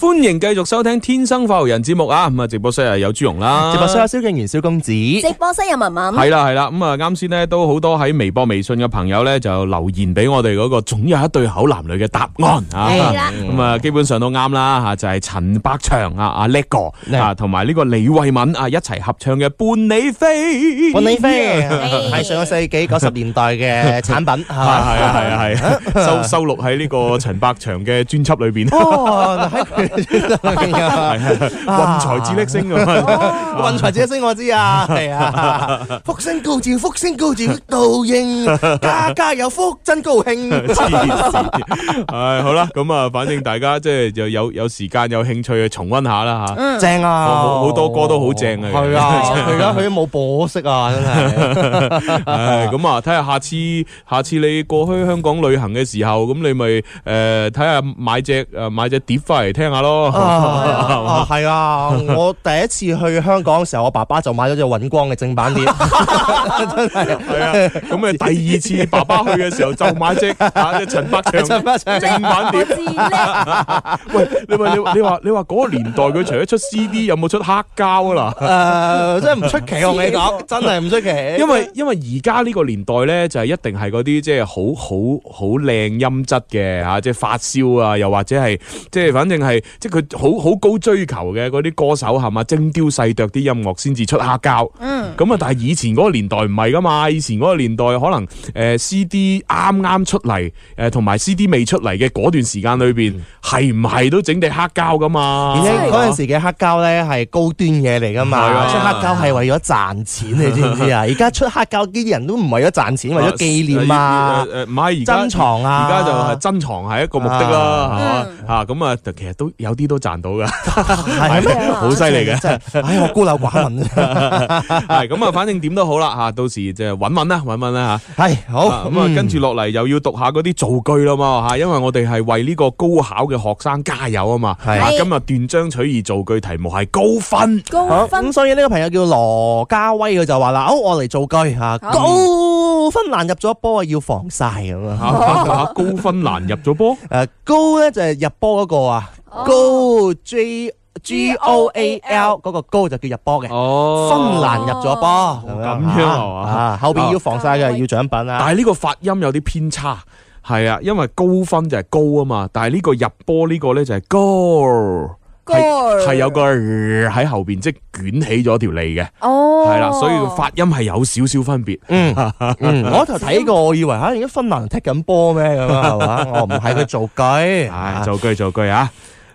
Speaker 5: 欢迎繼續收聽《天生化學人》節目啊！咁啊，直播室啊有朱容啦，
Speaker 2: 直播室有萧敬元、萧公子，
Speaker 1: 直播室有文文，
Speaker 5: 系啦系啦，咁啊啱先咧都好多喺微博、微信嘅朋友咧就留言俾我哋嗰個總有一對口男女嘅答案
Speaker 1: 係
Speaker 5: 啊
Speaker 1: 啦，
Speaker 5: 咁啊基本上都啱啦啊吓，就係陳百祥啊、阿叻哥
Speaker 2: 叻
Speaker 5: 啊，同埋呢個李慧敏啊一齊合唱嘅《伴你飛》，
Speaker 2: 本你飛係上個世紀九十年代嘅產品，係
Speaker 5: 係
Speaker 2: 嘛
Speaker 5: 係啊係啊 係啊，收收錄喺呢個陳百祥嘅專輯裏边，
Speaker 2: 哦，啊喺佢
Speaker 5: 運財智力星咁啊。
Speaker 2: 運財者星我知啊，係啊，福星高照，福星高照，道應家家有福，真高興。
Speaker 5: 黐線唉，好啦，咁啊，反正大家即係有有有时间有興趣去重温下啦吓。
Speaker 2: 正啊，
Speaker 5: 好好多歌都好正啊
Speaker 2: 係啊，佢而家佢都冇播色啊，真 係。
Speaker 5: 唉，咁啊，睇下下次下次你過去香港旅行嘅時候，咁你咪诶睇下買隻诶买只碟翻嚟聽下 咯。
Speaker 2: 啊，係啊！我第一次去香港嘅時候，我爸爸就買咗隻尹光嘅正 版碟， 真係
Speaker 5: 係啊，咁啊，第二次爸爸去嘅時候就 買隻啊只陈百祥
Speaker 2: 陳百祥
Speaker 5: 正版碟。 喂，你咪你你话你話嗰個年代佢除咗出 CD，有冇出黑膠啊
Speaker 2: 誒，
Speaker 5: 嗱？
Speaker 2: 真係唔出奇，我同你講，真係唔出奇。
Speaker 5: 因為因為而家呢個年代咧，就係、一定係嗰啲即係好好好靚音質嘅嚇，即係發燒啊，又或者係即係反正係即係佢好好高追求嘅嗰啲歌手係嘛，精雕細琢啲音樂先至出黑膠。嗯，咁啊，但係以前嗰個年代唔係噶嘛，以前嗰個年代可能誒、呃 CD 啱啱出嚟，誒同埋 CD 未出嚟嘅嗰段時間裏邊，係唔係都整地黑膠噶嘛？
Speaker 2: 嗯而且嗰陣時嘅黑膠咧係高端嘢嚟噶
Speaker 5: 係啊
Speaker 2: 嘛，出黑膠係為咗賺錢，你知唔知啊？而家出黑膠啲人都唔為咗賺錢，
Speaker 5: 啊
Speaker 2: 為咗紀念啊
Speaker 5: 誒！誒誒呃唔係而家
Speaker 2: 珍藏啊嗯
Speaker 5: 而家就係珍藏係一個目的啦，係嘛嚇咁啊，其實都有啲都賺到噶，
Speaker 2: 係
Speaker 1: 係
Speaker 2: 咩？
Speaker 1: 啊
Speaker 5: 好犀利嘅。
Speaker 2: 真係，唉，我孤陋寡聞啊！
Speaker 5: 係咁啊，反正點都好啦嚇，到時就揾揾啦，揾揾啦嚇。
Speaker 2: 係
Speaker 5: 啊
Speaker 2: 好
Speaker 5: 咁啊，
Speaker 2: 嗯
Speaker 5: 跟住落嚟又要讀下嗰啲造句啦嘛嚇，因為我哋係為呢個高考嘅學生加油啊嘛。
Speaker 2: 係
Speaker 5: 啊今日斷章取義造句題目係高分，
Speaker 1: 高
Speaker 2: 好
Speaker 1: 分
Speaker 2: 咁，所以呢個朋友叫羅家威，佢就話啦：，哦，我嚟造句嚇，高芬蘭入咗波啊，要防曬咁啊！
Speaker 5: 啊高芬蘭入咗波，
Speaker 2: 誒高咧就係入波嗰個啊，高 J G O A L 嗰個高就叫入波嘅。
Speaker 5: 哦
Speaker 2: 芬蘭入咗波，
Speaker 5: 咁樣啊
Speaker 2: 啊，後邊要防晒嘅，要獎品
Speaker 5: 哦但
Speaker 2: 啊。
Speaker 5: 係呢個發音有啲偏差，係啊，因為高分就係高啊嘛，但係呢個入波呢個咧就係高，係
Speaker 1: Goal
Speaker 5: 係有個呃喺後邊即係捲起咗條脷嘅，
Speaker 1: 哦，
Speaker 5: 係啦，所以個發音係有少少分別。
Speaker 2: 嗯， 嗯我頭睇過，我以為嚇，啊而家芬蘭踢緊波咩咁啊，係嘛？ 我唔係佢造句，
Speaker 5: 唉，造句造句啊，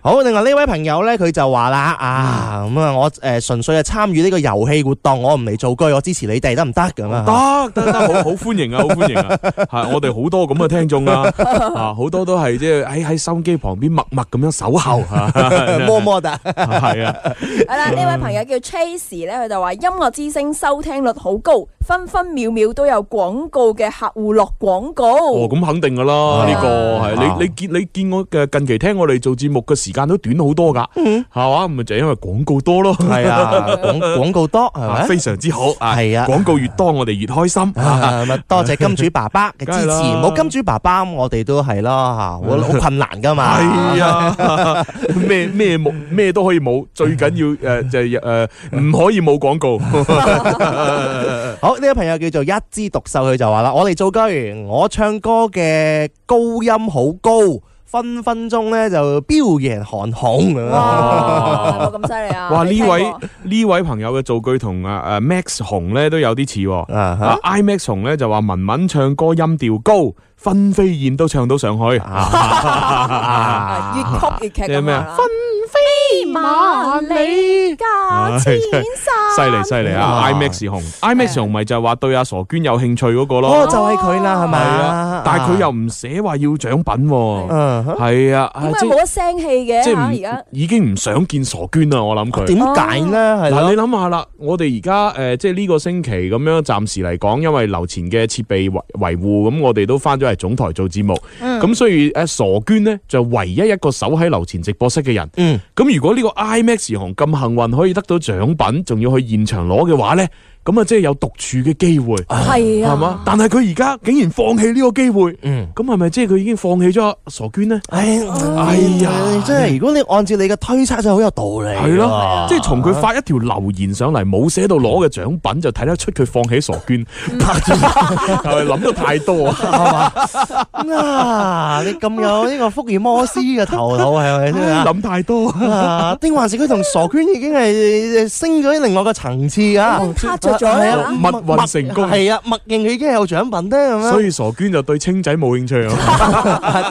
Speaker 2: 好，另外呢位朋友咧，佢就話啦啊，
Speaker 5: 嗯
Speaker 2: 咁啊，我誒純粹係參與呢個遊戲活動，我唔嚟造句，我支持你哋得唔得咁啊？
Speaker 5: 得得得，好好歡迎啊，好歡迎啊，係我哋好多咁嘅聽眾啊，啊好多都係即係喺喺收音機旁邊默默咁樣守候啊，
Speaker 2: 麼麼哒，
Speaker 5: 係啊。
Speaker 1: 系啦，呢位朋友叫 Chase 咧，佢就話音樂之聲收聽率好高，分分秒秒都有廣告嘅客戶落廣
Speaker 5: 哦，
Speaker 1: 告。
Speaker 5: 咁肯定噶啦，呢個係
Speaker 2: 啊
Speaker 5: 你你見你見我嘅近期聽我哋做節目嘅時間都短好多㗎，係嘛？咪就係因為廣告多咯，
Speaker 2: 嗯係啊， 廣廣告多係
Speaker 5: 啊
Speaker 2: 咪？
Speaker 5: 非常之好啊！
Speaker 2: 係啊
Speaker 5: 廣告越多，我哋越開心。
Speaker 2: 啊咪多謝金主爸爸嘅支持，
Speaker 5: 梗係啦嗯
Speaker 2: 冇金主爸爸我哋都係啦嚇，好好困難噶嘛。
Speaker 5: 係啊，咩咩冇咩都可以冇，最緊 要诶呃就係诶唔可以冇廣告。
Speaker 2: 好，呢、個朋友叫做一枝獨秀，佢就話啦：我哋造句，我唱歌嘅高音好高，分分鐘咧就飆贏韓紅咁樣。
Speaker 1: 哇，咁犀利啊！
Speaker 5: 哇！
Speaker 1: 你
Speaker 5: 呢
Speaker 1: 聽過
Speaker 5: 位呢位朋友嘅造句同啊啊 Max 紅咧都有啲似喎。
Speaker 2: 啊哈
Speaker 5: 啊 IMAX 紅咧就話文文唱歌音調高，分飛燕都唱到上去。
Speaker 1: 啊粵曲粵劇
Speaker 5: 你係
Speaker 1: 咁
Speaker 5: 咩
Speaker 1: 啊
Speaker 5: 啊？
Speaker 1: 分
Speaker 7: 飛馬里
Speaker 1: 價錢
Speaker 5: 犀
Speaker 1: 晒，
Speaker 5: 利犀利啊
Speaker 2: 哇
Speaker 5: ！IMAX 紅 IMAX 紅咪就係話對阿傻娟有興趣嗰個
Speaker 2: 哦，
Speaker 5: 咯，
Speaker 2: 就係佢啦，係
Speaker 5: 係
Speaker 2: 咪
Speaker 5: 啊
Speaker 2: 啊？，
Speaker 5: 但係佢又唔寫話要獎品喎，
Speaker 2: 嗯哼
Speaker 5: 係啊，啊
Speaker 1: 點解
Speaker 5: 即
Speaker 1: 冇得啊聲氣嘅
Speaker 5: 即
Speaker 1: 嚇？
Speaker 5: 係
Speaker 1: 而
Speaker 5: 唔
Speaker 1: 家
Speaker 5: 已經唔想見傻娟啦，我諗佢。
Speaker 2: 點解咧？係
Speaker 5: 嗱，
Speaker 2: 咯，
Speaker 5: 你諗下啦，我哋而家誒，即係呢個星期咁樣，暫時嚟講，因為樓前嘅設備維維護，咁我哋都翻咗嚟總台做節目，咁、所以誒傻娟呢，就唯一一個守喺樓前直播室嘅人。
Speaker 2: 嗯
Speaker 5: 咁如果呢個 IMAX 行咁幸運可以得到獎品，仲要去現場攞嘅話呢，咁啊即係有獨處嘅機會，
Speaker 1: 系啊，
Speaker 5: 係嘛？但係佢而家竟然放棄呢個機會，
Speaker 2: 嗯，
Speaker 5: 咁係咪即係佢已經放棄咗傻娟呢？
Speaker 2: 哎，
Speaker 5: 哎呀
Speaker 2: 即係如果你按照你嘅推測就好有道理喎。
Speaker 5: 係咯，
Speaker 2: 啊
Speaker 5: 即係從佢發一條留言上嚟冇寫到攞嘅獎品，就睇得出佢放棄傻娟，係咪諗得太多啊？
Speaker 2: 啊，你咁有呢個福爾摩斯嘅頭腦係咪 先啊？
Speaker 5: 諗太多啊！
Speaker 2: 啊，定還是佢同傻娟已經係呃升咗另外一個層次啊？
Speaker 1: 他着哦咗
Speaker 2: 係
Speaker 1: 啦
Speaker 2: 啊，
Speaker 5: 密運成功
Speaker 2: 係啊，默認佢已經有獎品咧，咁樣。
Speaker 5: 所以傻娟就對青仔冇興趣 啊！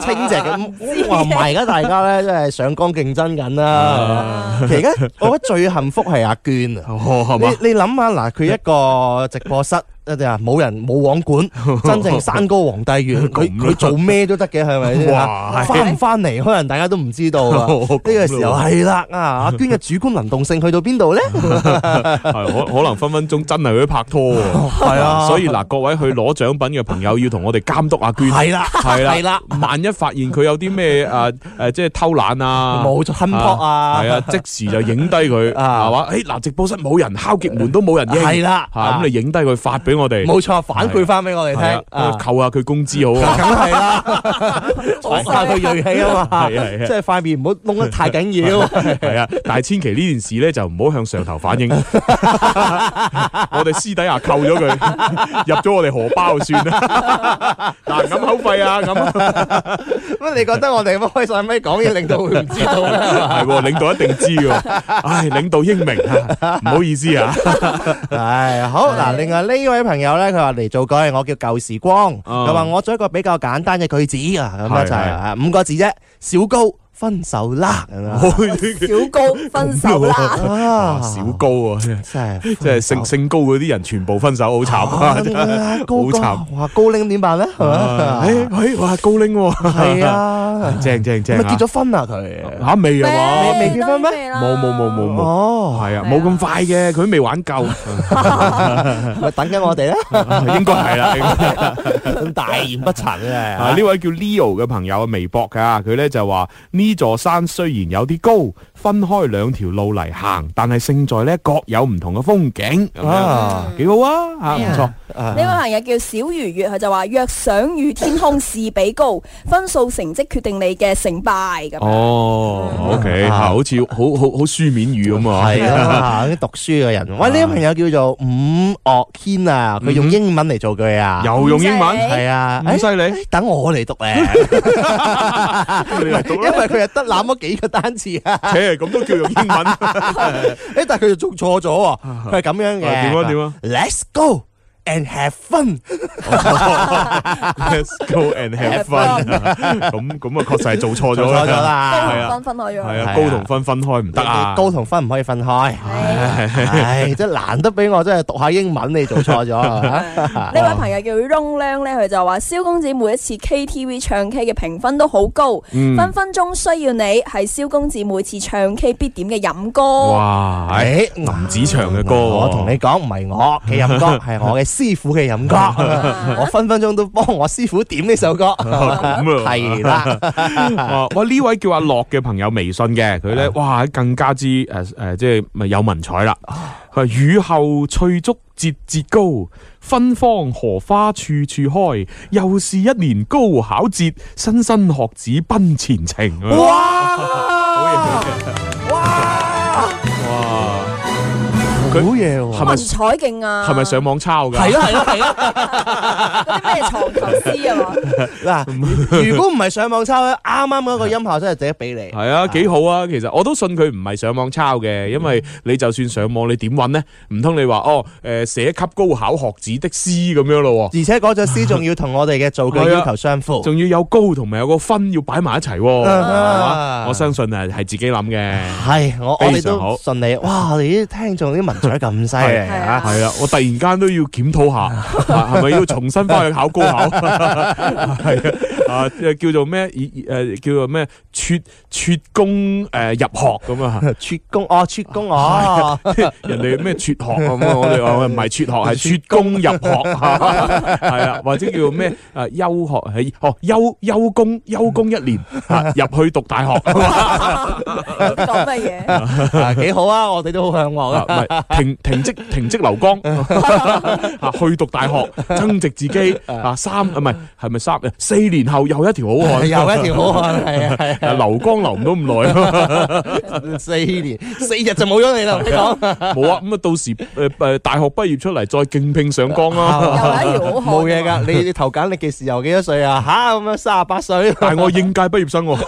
Speaker 2: 清淨 咁，哇！唔係而家大家咧，真係上崗競爭緊
Speaker 5: 啊
Speaker 2: 啦。其實而家我覺得最幸福係阿娟啊。
Speaker 5: 哦，係嘛？
Speaker 2: 你你諗下嗱，佢一個直播室啊，冇人冇網 管，真正山高皇帝遠，佢
Speaker 5: 咁啊
Speaker 2: 佢做咩都得嘅，係咪先
Speaker 5: 哇
Speaker 2: 嚇翻唔翻嚟，可能大家都唔知道 啊。
Speaker 5: 哦
Speaker 2: 呢個時候
Speaker 5: 咁咯
Speaker 2: 係啦，啊，阿娟嘅主觀能動性去到邊度咧？
Speaker 5: 嗯係可可能分分鐘真係去拍拖喎。
Speaker 2: 係啊，
Speaker 5: 所以嗱，各位去攞獎品嘅朋友要同我哋監督阿娟。
Speaker 2: 係啦，
Speaker 5: 係啦，
Speaker 2: 係啦，
Speaker 5: 萬一發現佢有啲 咩诶诶，誒即係偷懶啊，
Speaker 2: 冇咗吞撲啊，
Speaker 5: 系啊，即時就影低佢，
Speaker 2: 啊
Speaker 5: 係嘛？诶，嗱，直播室冇人敲劫門都冇人應，
Speaker 2: 係啦啊
Speaker 5: 嚇咁你影低佢發俾我哋，
Speaker 2: 冇錯，反饋翻俾我哋聽
Speaker 5: 係啊
Speaker 2: 啊
Speaker 5: 扣下佢工資好 啊
Speaker 2: 梗。係 啦，我晒佢鋭氣啊嘛，
Speaker 5: 係係係
Speaker 2: 即係塊面唔好弄得太緊要，
Speaker 5: 係啊，但係千祈呢件事咧就唔好向上頭反映， 我哋私底下扣咗佢，入咗我哋荷包算啦。 嗱，咁口費啊，咁
Speaker 2: 乜你覺得我哋開晒咪講嘢，令到佢唔知道咧？
Speaker 5: 係喎，領導一定知 喎。唉，領導英明啊，唔好意思啊。
Speaker 2: 唉，好嗱，另外呢位朋友咧，佢話嚟做句，我叫舊時光，
Speaker 5: 嗯
Speaker 2: 佢話我做一個比較簡單嘅句子啊，咁一齊
Speaker 5: 係係
Speaker 2: 啊五個字啫，小高分手啦，咁樣
Speaker 1: 小高分手 啦，
Speaker 5: 哇
Speaker 2: 啊，
Speaker 5: 小高啊，真係
Speaker 2: 真係
Speaker 5: 即係性性高嗰啲人全部分手，好慘啊！真係
Speaker 2: 啊高
Speaker 5: 好
Speaker 2: 高
Speaker 5: 慘
Speaker 2: 哇，高齡點辦咧？係
Speaker 5: 唉
Speaker 2: 咪
Speaker 5: 唉，哇，高拎喎，
Speaker 2: 係，啊，
Speaker 5: 正正 正
Speaker 2: 咪
Speaker 5: 啊，
Speaker 2: 結咗婚啊佢？
Speaker 5: 吓未啊嘛？
Speaker 2: 未結婚咩
Speaker 5: 冇冇冇冇冇，
Speaker 2: 哦，
Speaker 5: 係啊，冇咁快嘅，佢未 玩夠，
Speaker 2: 咪等緊我哋 啦。
Speaker 5: 應該係啦應該係啦。
Speaker 2: 大言不惭
Speaker 5: 啊！
Speaker 2: 嘅。
Speaker 5: 呢位叫 Leo 嘅朋友啊，微博噶，佢咧就話呢座山雖然有啲高，分開兩條路嚟行，但係勝在咧各有唔同嘅風景，咁
Speaker 2: 啊
Speaker 5: 樣幾好啊，吓唔錯。
Speaker 1: 呢位朋友叫小魚月，佢就話：若想與天空是比高，分數成績決定你嘅成敗咁。
Speaker 5: 哦，OK，嚇好似好好好書面語咁啊。
Speaker 2: 系啊，啲讀書嘅人，喂，呢位朋友叫做伍樂軒啊，佢用英文嚟做句啊，
Speaker 5: 又用英文，
Speaker 2: 係啊，
Speaker 5: 咁犀利
Speaker 2: 哎等我嚟讀咧，
Speaker 5: 你嚟讀
Speaker 2: 因為
Speaker 5: 啦
Speaker 2: 佢係得那麼幾個單詞啊，
Speaker 5: 切，咁都叫用 英文？
Speaker 2: 诶，但係佢就做錯咗喎，佢係咁樣嘅，
Speaker 5: 啊點啊點啊
Speaker 2: ，Let's go and have fun，
Speaker 5: Let's go and have fun。咁 咁啊，確實係做錯
Speaker 2: 做
Speaker 5: 咗
Speaker 2: 錯咗。
Speaker 1: 高
Speaker 2: 啦
Speaker 5: 係。啊
Speaker 1: 分分開
Speaker 5: 係
Speaker 1: 咗，
Speaker 5: 啊，高同分分開唔得啊。
Speaker 2: 高同分唔可以分開，唉，真係難得俾我真係讀下英文，你做錯 咗啊。
Speaker 1: 呢位朋友叫 Rong Lang 咧，佢就話：蕭公子每一次 KTV 唱 K 嘅評分都好高，
Speaker 5: 嗯
Speaker 1: 分分鐘需要你係蕭公子每次唱 K 必點嘅飲歌。
Speaker 5: 哇，唉
Speaker 2: 诶，
Speaker 5: 林子祥嘅歌喎，
Speaker 2: 我同你講，唔係我嘅飲 歌，係我嘅師傅嘅飲歌。我分分鐘都幫我師傅點呢首歌，
Speaker 5: 咁啊
Speaker 2: 係啦，
Speaker 5: 哦，哇！呢位叫阿樂嘅朋友微信嘅，佢
Speaker 2: 啊
Speaker 5: 咧哇更加之誒誒、呃即係咪有文采啦？
Speaker 2: 啊
Speaker 5: 佢話雨後翠竹節節高，芬芳荷花處處開，又是一年高考節，莘莘學子奔前程。啊
Speaker 2: 哇！
Speaker 5: 哇！
Speaker 2: 好嘢喎！
Speaker 5: 係咪
Speaker 1: 文采勁啊！
Speaker 5: 係咪上網抄㗎？
Speaker 2: 係啊咯係咯係咯！
Speaker 1: 嗰啲咩藏頭詩啊嘛？
Speaker 2: 嗱，如果唔係上網抄咧，啱啱嗰個音啊效真係值得俾你。
Speaker 5: 係啊，幾好啊！其實我都信佢唔係上網抄
Speaker 2: 嗯
Speaker 5: 嘅，因為你就算上網，你點揾呢？唔通你話哦誒寫給高考學子的詩咁樣咯喎？
Speaker 2: 而且嗰隻 詩仲要同我哋嘅造句
Speaker 5: 係啊
Speaker 2: 要求相符。
Speaker 5: 仲要有高同埋有個分要擺埋一齊喎，係嘛我相信啊係自己諗嘅。
Speaker 2: 係，我我
Speaker 5: 非
Speaker 2: 哋
Speaker 5: 常
Speaker 2: 都
Speaker 5: 好
Speaker 2: 順利。哇！我哋啲聽眾啲文采咁犀利
Speaker 1: 係
Speaker 2: 啊！
Speaker 1: 啊
Speaker 5: 係啦，我突然間都要檢討下，啊係咪要重新翻去考高考？係啊，啊即係叫做咩？誒叫做咩？撮撮工誒入學咁啊！
Speaker 2: 撮工哦，撮工哦，
Speaker 5: 人哋咩輟學咁啊，我哋話唔係輟學，係輟工入學，係啊，或者叫咩啊休學係哦休休工休工一年啊入去讀大學。
Speaker 1: 講乜嘢？
Speaker 2: 啊幾好啊！我哋都好向往
Speaker 5: 啊
Speaker 2: 啊！
Speaker 5: 唔係停停 職停職流光 啊，去讀大學，增值自己啊，三啊唔係係咪三四年後又一條好漢，
Speaker 2: 又一條好 漢，係啊係
Speaker 5: 啊流光流唔到咁耐。
Speaker 2: 啊，四年四日就冇咗你啦，你講
Speaker 5: 冇啊，咁啊到時诶诶大學畢業出嚟再競聘上崗 啦。
Speaker 1: 又有一條好
Speaker 2: 冇
Speaker 1: 漢啊
Speaker 2: 嘢㗎，你你投簡歷嘅時候幾多歲啊？吓咁樣三十八 歲，
Speaker 5: 但係我應屆畢 業生喎，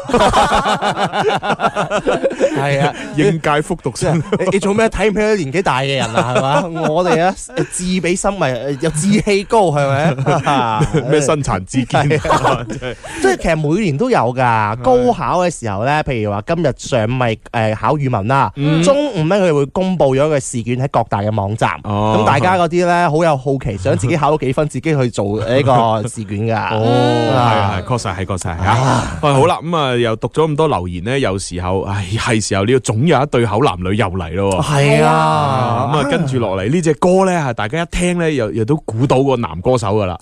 Speaker 2: 係啊。
Speaker 5: 應屆復讀
Speaker 2: 即係
Speaker 5: 生。
Speaker 2: 你你做咩睇唔起啲年紀大嘅人啊？係嘛？ 我哋啊，志比心咪有志氣高係咪？
Speaker 5: 咩身殘志堅啊，真係
Speaker 2: 即係其實每年都有㗎。高考嘅時候咧，譬如話今日上午咪誒考語文啦，中午咧佢哋會公布咗個試卷喺各大嘅網站，
Speaker 5: 哦
Speaker 2: 咁大家嗰啲咧好有好奇，想自己考到幾分，自己去做呢個試卷 㗎。
Speaker 5: 哦，係係，確實係確實係啊。喂，好啦，咁啊又讀咗咁多留言咧，有時候唉係時候你要總有一對口男女又嚟咯喎。
Speaker 2: 係
Speaker 5: 咁
Speaker 2: 啊，
Speaker 5: 啊，跟住落嚟呢只歌咧，嚇大家一聽咧，又又都估到個男歌手噶啦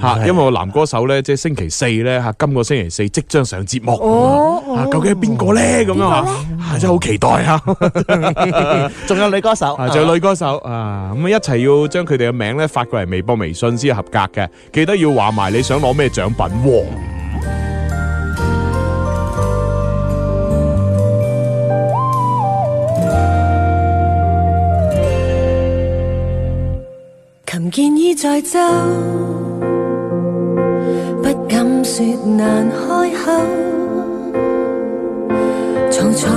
Speaker 5: 嚇，因為個男歌手咧，即係星期四咧嚇，今個星期四即將上節目。
Speaker 1: 哦，
Speaker 5: 啊，究竟係邊個咧？咁樣啊，啊真係好期待啊！
Speaker 2: 仲有女歌手，
Speaker 5: 啊，仲有女歌手啊，咁啊一齊要將佢哋嘅名咧發過嚟微博、微信先係合格嘅，記得要話埋你想攞咩獎品喎。
Speaker 8: 琴鍵已在奏，不敢說難開口。藏藏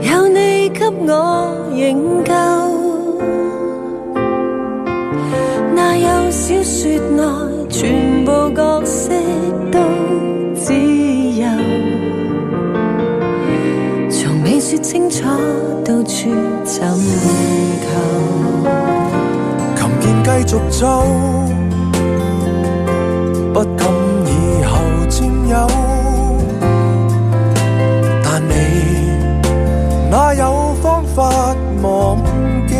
Speaker 8: 有你給我營救，哪有小說內全部角色都自由？從未說清楚，到處尋求。
Speaker 4: 琴鍵繼續奏，不敢以後佔有。但你哪有方法忘記？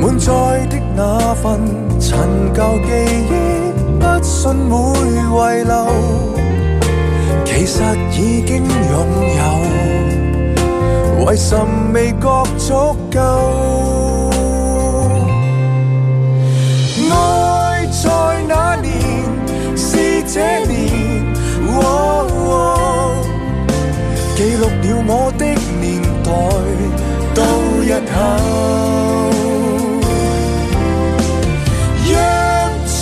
Speaker 4: 滿載的那份陳舊記憶，不信會遺留，其實已經擁有。為甚未覺足夠？愛在那年，是這年，哦哦記錄了我的年代到日後。若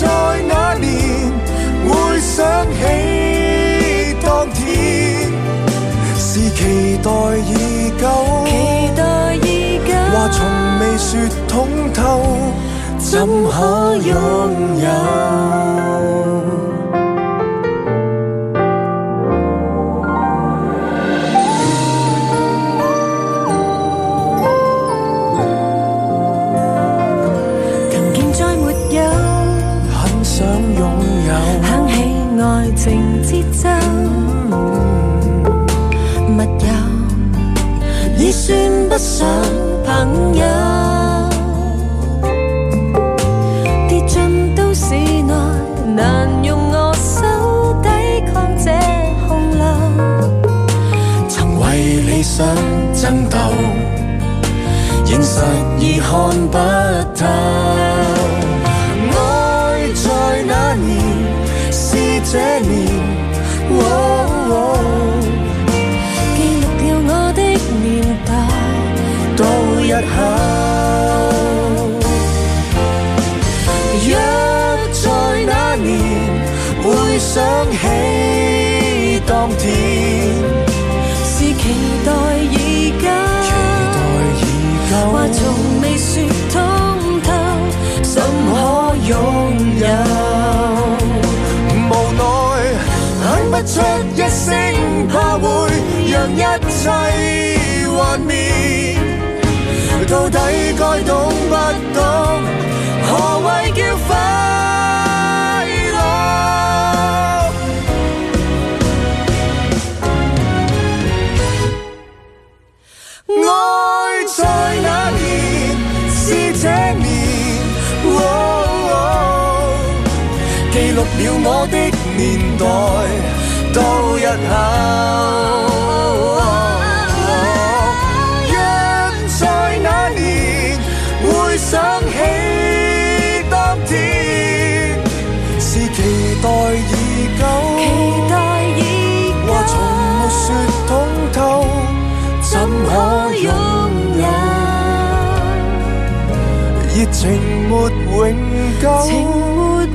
Speaker 4: 在那年會想起當天。是期待已久，
Speaker 8: 期待已久，
Speaker 4: 話從未説通透，怎可擁有？
Speaker 8: 琴鍵再沒有
Speaker 4: 很想擁有，
Speaker 8: 響起愛情節奏，密友已算不上朋友，跌進都市內，難用我手抵抗這洪流，
Speaker 4: 曾為理想爭鬥，現實已看不透。愛在那年，是這年。哦哦
Speaker 8: 記錄了我的年代。
Speaker 4: 到日後。若在那年會想起當天，
Speaker 8: 是期待已久，
Speaker 4: 期待已久，
Speaker 8: 話從未説通透，怎可擁有？
Speaker 4: 無奈喊不出一聲，怕會讓一切幻滅。到底該懂不懂？何謂叫快樂？愛在那年是這年，哦哦記錄了我的年代到日後。若待已久，
Speaker 8: 期待已久
Speaker 4: 話從沒說通透，怎可擁有？熱情沒永久，
Speaker 8: 情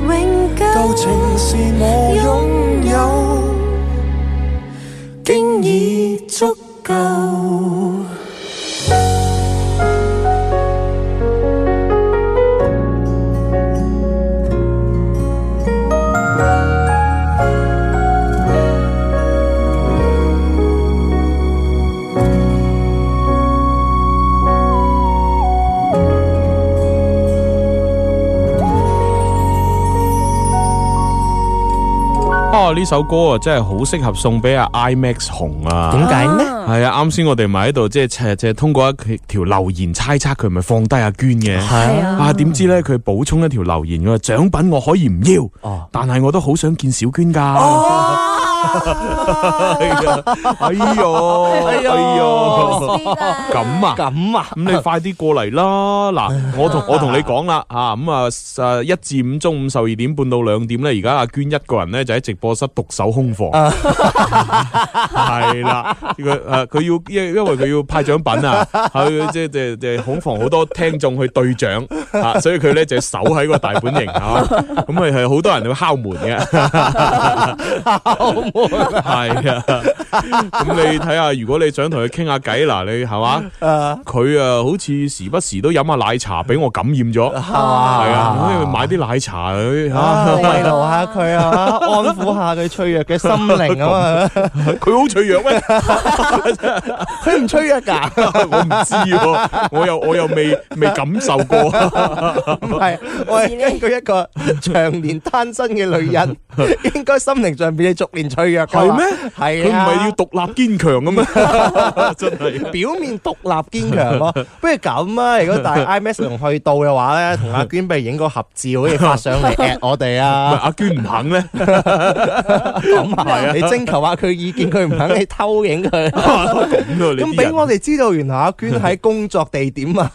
Speaker 8: 沒永久，
Speaker 4: 舊情是我擁有，經已足夠。
Speaker 5: 哦，呢首歌啊，真係好適合送俾阿 IMAX 紅啊！
Speaker 2: 點解呢？
Speaker 5: 係啊，啱先我哋咪喺度即係即係通過一條留言猜測佢咪放低阿娟嘅。
Speaker 2: 係啊，
Speaker 5: 啊！點知咧，佢補充一條留言，佢話獎品我可以唔要，
Speaker 2: 哦
Speaker 5: 但係我都好想見小娟㗎。哦 哎呦，哎呦，咁啊！
Speaker 2: 咁啊，
Speaker 5: 咁你快啲過嚟啦！ 嗱，我同我同你講啦，啊咁啊，誒一至五中午十二點半到兩點咧，而家阿娟一個人咧就喺直播室獨守空房，係啦，佢誒佢要因因為佢要派獎品 啊，佢即係即係即係恐防好多聽眾去對獎啊，所以佢咧就守喺個大本營啊，咁咪係好多人去敲門嘅，係啊，咁你睇下，如果你想同佢傾下偈嗱，你係嘛？佢啊，好似時不時都飲下奶茶，俾我感染咗，係啊，咁你咪買啲奶茶佢
Speaker 2: 啊
Speaker 5: 嚇，
Speaker 2: 慰勞下佢啊，安撫下佢脆弱嘅心靈啊 嘛，
Speaker 5: 佢好脆弱啊咩？
Speaker 2: 佢唔脆弱㗎，
Speaker 5: 我唔知喎，我又我又未未感受 過，
Speaker 2: 唔係，我係根據一個長年單身嘅女 人，應該心靈上邊係逐年脆弱㗎嘛
Speaker 5: 係咩？佢
Speaker 2: 係
Speaker 5: 唔
Speaker 2: 啊，
Speaker 5: 係要獨立堅強咁咩？ 真係。
Speaker 2: 表面獨立堅強 咯。不如咁啊，如果大 IMAX 同去到嘅話咧，同阿娟不如影個合照，跟住發上 嚟 at 我哋
Speaker 5: 唔係
Speaker 2: 啊。
Speaker 5: 阿娟唔肯咧，
Speaker 2: 咁啊，你徵求下佢意見，佢唔肯，你偷影佢。
Speaker 5: 咁咯， 你
Speaker 2: 咁
Speaker 5: 啲
Speaker 2: 俾
Speaker 5: 人
Speaker 2: 我哋知道，原來阿娟喺工作地點啊，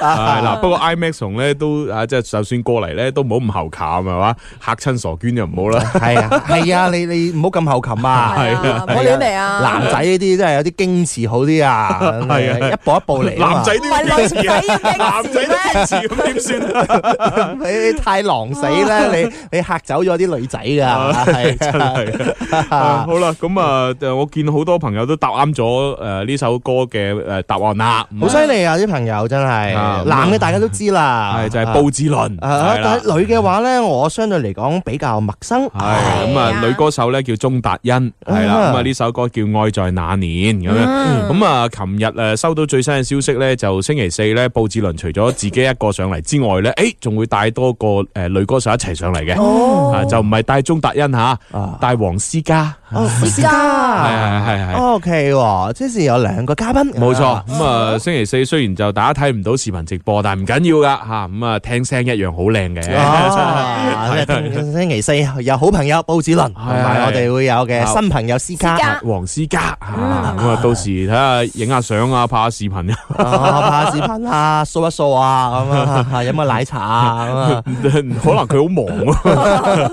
Speaker 5: 係啦。不過 IMAX 紅咧都啊，即係就算過嚟咧，都唔好唔後冚係嘛，嚇親傻娟就唔好啦。
Speaker 2: 係啊，係啊，你你唔好咁後擒啊。
Speaker 5: 係啊
Speaker 1: 唔好亂嚟啊！
Speaker 2: 男仔呢啲真係有啲矜持好啲啊，
Speaker 5: 係啊
Speaker 2: 一步一步嚟啊嘛。
Speaker 5: 男仔
Speaker 1: 唔
Speaker 5: 都要
Speaker 1: 係女
Speaker 5: 堅持
Speaker 1: 仔要
Speaker 5: 啊，男
Speaker 1: 矜持
Speaker 5: 仔都
Speaker 1: 咩？
Speaker 5: 堅持咁點 算啊？
Speaker 2: 你太狼死 咧，你你嚇走咗啲女仔噶，係啊
Speaker 5: 系好啦，咁啊，就我見好多朋友都答啱咗誒呢首歌嘅誒答案啦，
Speaker 2: 好犀利啊！啲朋友真係
Speaker 5: 啊咁啊
Speaker 2: 男嘅大家都知啦，
Speaker 5: 係就係布志倫，
Speaker 2: 啊
Speaker 5: 係啦
Speaker 2: 但係女嘅話咧，我相對嚟講比較陌生。
Speaker 5: 係咁啊，女歌手咧叫鍾達欣，係啦，
Speaker 2: 啊
Speaker 5: 咁啊呢首歌叫《愛在那年》咁樣。咁啊，琴日誒收到最新嘅消息咧，就星期四咧，布志倫除咗自己一個上嚟之外咧，誒仲會帶多個誒女歌手一齊上嚟嘅，啊就唔係帶鍾達欣嚇，帶黃思嘉，
Speaker 2: 哦
Speaker 5: 係
Speaker 1: 私家
Speaker 5: 係係係。
Speaker 2: O K，即是有兩個嘉賓，
Speaker 5: 冇錯
Speaker 2: 啊，
Speaker 5: 咁啊星期四雖然就大家睇唔到視頻直播，但係唔緊要噶吓，咁啊聽聲一樣好靚 嘅。
Speaker 2: 啊星期四有好朋友布子倫，同埋我哋會有嘅新朋友思嘉
Speaker 1: 私，家
Speaker 5: 黃思嘉啊咁啊到時睇下影下相啊，拍下視頻啊，
Speaker 2: 啊拍下視頻啊，掃一掃啊，咁啊， 飲個奶茶啊，咁啊。
Speaker 5: 可能佢好忙 啊。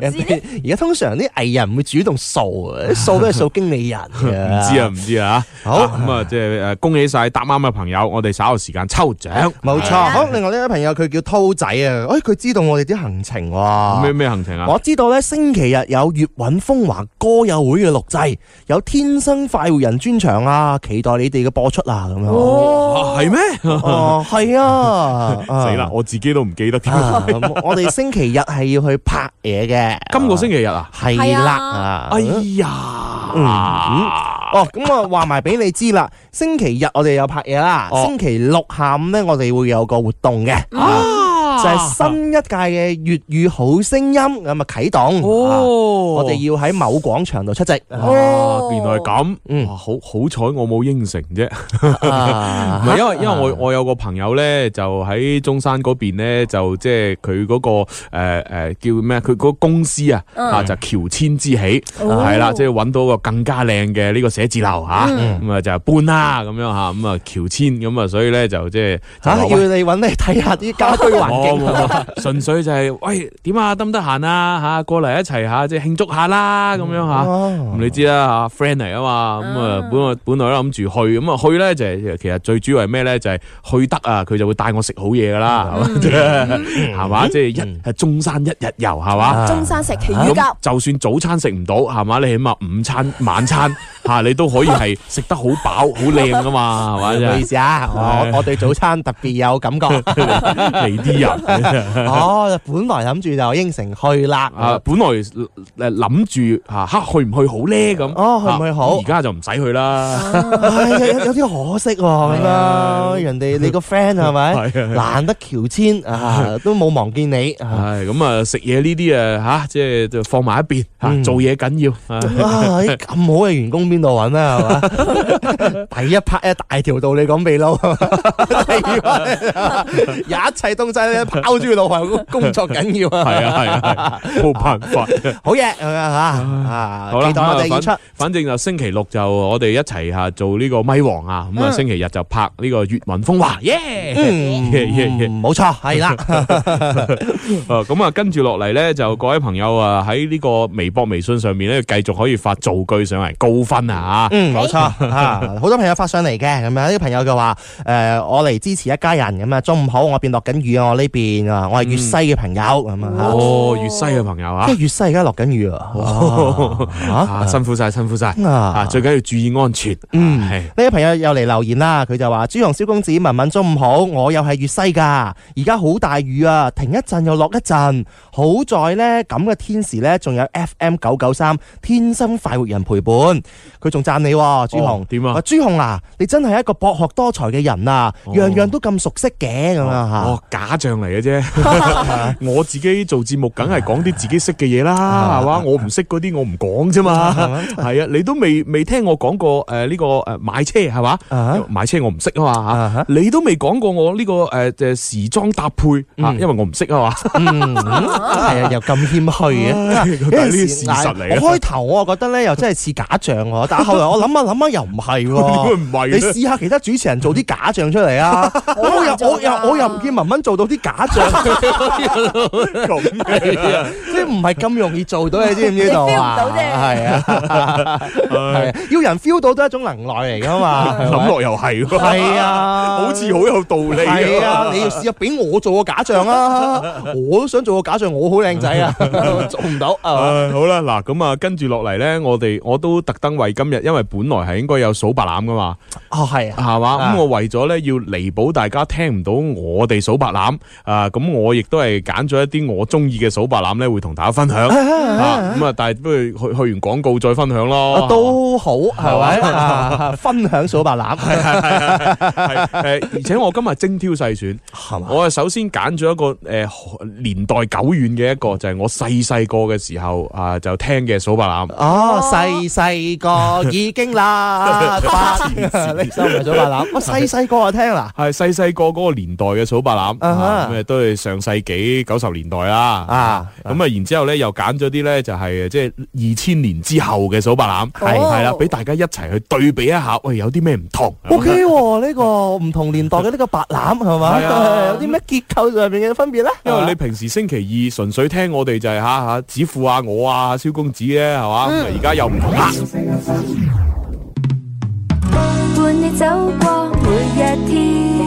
Speaker 2: 人哋而家通常啲藝人唔會主動掃 啊，掃都係掃經理人嘅。
Speaker 5: 唔知啊，唔知啊。
Speaker 2: 好
Speaker 5: 啊咁啊，即係誒恭喜晒答啱嘅朋友，我哋稍後時間抽獎。
Speaker 2: 冇
Speaker 5: 啊
Speaker 2: 錯。好，另外呢位朋友佢叫濤仔啊，哎，佢知道我哋啲行程喎。
Speaker 5: 咩咩行程啊？
Speaker 2: 我知道咧，星期日有粵韻風華歌友會嘅錄製，有天生快活人專場啊，期待你哋嘅播出啊，咁樣。
Speaker 5: 啊係咩？
Speaker 2: 哦， 係哦啊，
Speaker 5: 死啦！我自己都唔記得添。
Speaker 2: 啊！咁我哋星期日係要去拍嘢嘅，
Speaker 5: 今個星期日啊？
Speaker 2: 係啦啊
Speaker 1: 係
Speaker 5: 哎呀！
Speaker 2: 哦，咁我話埋俾你知啦，星期日我哋有拍嘢啦，
Speaker 5: 哦
Speaker 2: 星期六下午呢，我哋會有個活動嘅，啊就係新一屆嘅粵語好聲音咁啊啟動，啊
Speaker 5: 哦
Speaker 2: 我哋要喺某廣場度出席。
Speaker 5: 哦，原來係咁，
Speaker 2: 嗯
Speaker 5: 哇好好彩我冇應承啫，唔
Speaker 2: 啊
Speaker 5: 係因為因為我我有個朋友咧，就喺中山嗰邊咧，就即係佢嗰個誒誒叫咩？佢嗰個公司啊，啊就喬遷之喜，係啦，即係揾到個更加靚嘅呢個寫字樓吓，咁啊就搬啦咁樣吓，咁啊喬遷咁啊，所以咧就即係就
Speaker 2: 嚇
Speaker 5: 話
Speaker 2: 要你揾你睇下啲家居環
Speaker 5: 冇 冇冇，純粹就係喂點啊，得唔得閒啊吓，過嚟一齊吓，即係慶祝下啦咁樣吓。咁
Speaker 2: 哦，
Speaker 5: 你知啦吓，friend 嚟啊嘛，咁啊
Speaker 6: 啊
Speaker 5: 本來本來都諗住去，咁啊去咧就係其實最主要係咩咧？就係去得啊，佢就會帶我食好嘢噶啦，係嘛係嘛，即係一係中山一日遊係嘛。
Speaker 1: 中山石岐乳鴿
Speaker 5: 咁就算早餐食唔到，係嘛？你起碼午餐、晚餐吓，你都可以係食得好飽、好靚噶嘛，
Speaker 2: 唔
Speaker 5: 係嘛？
Speaker 2: 好意
Speaker 5: 真係
Speaker 2: 思啊，我我對早餐特別有感覺。
Speaker 5: 嚟啲人。
Speaker 2: 哦，本來諗住就應承去啦。
Speaker 5: 啊，本來誒諗住啊嚇嚇去唔去好咧咁，
Speaker 2: 哦去唔去好哦
Speaker 5: 啊而家就唔使去啦，
Speaker 2: 唉有有啲可惜喎，咁啊，人哋你個 friend 係咪？
Speaker 5: 係啊
Speaker 2: 難得喬遷 啊，都冇望見你啊。
Speaker 5: 係咁啊，食嘢呢啲啊嚇，即係就放埋一邊嚇，
Speaker 2: 嗯
Speaker 5: 做嘢緊要 啊。
Speaker 2: 哇！啲咁好嘅員工邊度揾啊？係 嘛？第一 part 一大條道理講秘撈，第二 part 有一切東西咧拋諸腦後，工作緊要啊！
Speaker 5: 係啊係啊，係冇 辦法。
Speaker 2: 好嘢咁樣嚇啊！
Speaker 5: 好啦，
Speaker 2: 期
Speaker 5: 咁
Speaker 2: 待我哋演出
Speaker 5: 啊，。反反正就星期六就我哋一齊嚇做呢個咪王啊，
Speaker 2: 嗯
Speaker 5: 咁啊星期日就拍呢個粵文風華，耶！ 耶耶耶
Speaker 2: 嗯，冇錯，係啦，
Speaker 5: 啊，咁啊，跟住落嚟咧，就各位朋友啊，喺呢個微博、微信上面咧，繼續可以發造句上嚟高分啊！
Speaker 2: 嗯，冇錯啊！好多朋友發上嚟嘅咁樣，呢個朋友嘅話，誒，我嚟支持一家人咁啊，中午好，我邊落緊雨啊，我呢邊啊，我係粵西嘅朋友咁啊
Speaker 5: 哦，粵西嘅朋友啊
Speaker 2: 嚇，，即係粵西而家落緊雨啊，
Speaker 5: 啊，
Speaker 2: 啊
Speaker 5: 辛苦晒，辛苦晒，啊，
Speaker 2: 啊！
Speaker 5: 最緊要注意安全，啊
Speaker 2: 嗯
Speaker 5: 係
Speaker 2: 呢位朋友又嚟留言啦，佢就話：朱紅蕭公子，文文中午好，我又係粵西噶，而家好大雨啊，停一陣又落一陣。好在呢咁嘅天時呢，仲有 FM 九九三天生快活人陪伴。佢仲讚你喎，朱紅
Speaker 5: 哦點啊
Speaker 2: 朱紅啊，你真係一個博學多才嘅人啊，
Speaker 5: 哦
Speaker 2: 樣樣都咁熟悉嘅咁啊
Speaker 5: 哦，假象嚟嘅啫， 我自己做節目，梗係講啲自己識嘅嘢
Speaker 2: 啊
Speaker 5: 啦，係嘛，我唔識嗰啲我唔講啫嘛，係啊，你都未未聽我講過誒呢個誒買車係嘛，
Speaker 2: 啊
Speaker 5: 買車我唔識啊嘛嚇
Speaker 2: 啊哈
Speaker 5: 你都未講過我呢個誒誒時裝搭配啊，
Speaker 2: 嗯
Speaker 5: 因為我唔識啊嘛。
Speaker 2: 嚇，嗯，係啊，又咁謙虛嘅。
Speaker 5: 唉咁但係呢啲事實嚟
Speaker 2: 嗱
Speaker 5: 嘅，
Speaker 2: 我開頭我啊覺得咧又真係似假象喎，但係後來我諗下諗下又唔係
Speaker 5: 點 會
Speaker 2: 喎。
Speaker 5: 唔係
Speaker 2: 你
Speaker 5: 咧？
Speaker 2: 試下其他主持人做啲假象出嚟 啊！我又我又我又唔見文文做到啲假象，
Speaker 5: 咁嘅啊
Speaker 2: 即係唔係咁容易做到，你知唔知道啊？
Speaker 1: 你 feel 唔到啫
Speaker 2: 係啊，係啊，要人 feel 到都係一種能耐嚟噶嘛。係 咪
Speaker 5: 諗落又係喎，
Speaker 2: 係啊，
Speaker 5: 好似好有道理
Speaker 2: 係啊！你要試下俾我做個假象啊！ 我都想做個假象，我好靚仔啊， 做唔到啊！
Speaker 5: 唉好啦，嗱咁啊，跟住落嚟咧，我哋我都特登為今日，因為本來係應該有數白欖噶嘛，
Speaker 2: 哦，係啊，
Speaker 5: 係嘛，
Speaker 2: 啊
Speaker 5: 咁我為咗咧要彌補大家聽唔到我哋數白欖啊，咁我亦都係揀咗一啲我中意嘅數白欖咧，會同大家分享啊，咁啊，但係不如去去完廣告再分享咯，
Speaker 2: 啊都好係咪啊？分享數白欖
Speaker 5: 係係係係係誒，而且我今日精挑細選。
Speaker 2: 係嘛？
Speaker 5: 我啊首先揀咗一個誒、呃年代久遠嘅一個，就係、我細細個嘅時候啊、就聽嘅數白欖。
Speaker 2: 哦，細細個已經 啦，你收唔係數白 欖，我細細個就啊聽啦，
Speaker 5: 係細細個嗰個年代嘅數白欖，
Speaker 2: 啊哈
Speaker 5: 啊咁啊都係上世紀九十年代啦。
Speaker 2: 啊
Speaker 5: 咁啊，然之後咧又揀咗啲咧就係即係二千年之後嘅數白欖，係
Speaker 1: 哦
Speaker 5: 係啦，俾大家一齊去對比一下，喂有啲咩唔同
Speaker 2: ，O K 喎，呢個唔同年代嘅呢個白欖係嘛，
Speaker 5: 係 啊
Speaker 2: 有啲咩結構上面嘅分別咧？
Speaker 5: 因為你平時星期二純粹聽我哋就係吓吓子富啊我啊蕭公子咧係
Speaker 2: 嗯
Speaker 5: 嘛，咁啊而家又唔同啦。
Speaker 8: 伴你走過每一天，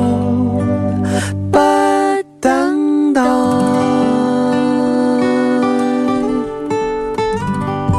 Speaker 4: 不等待。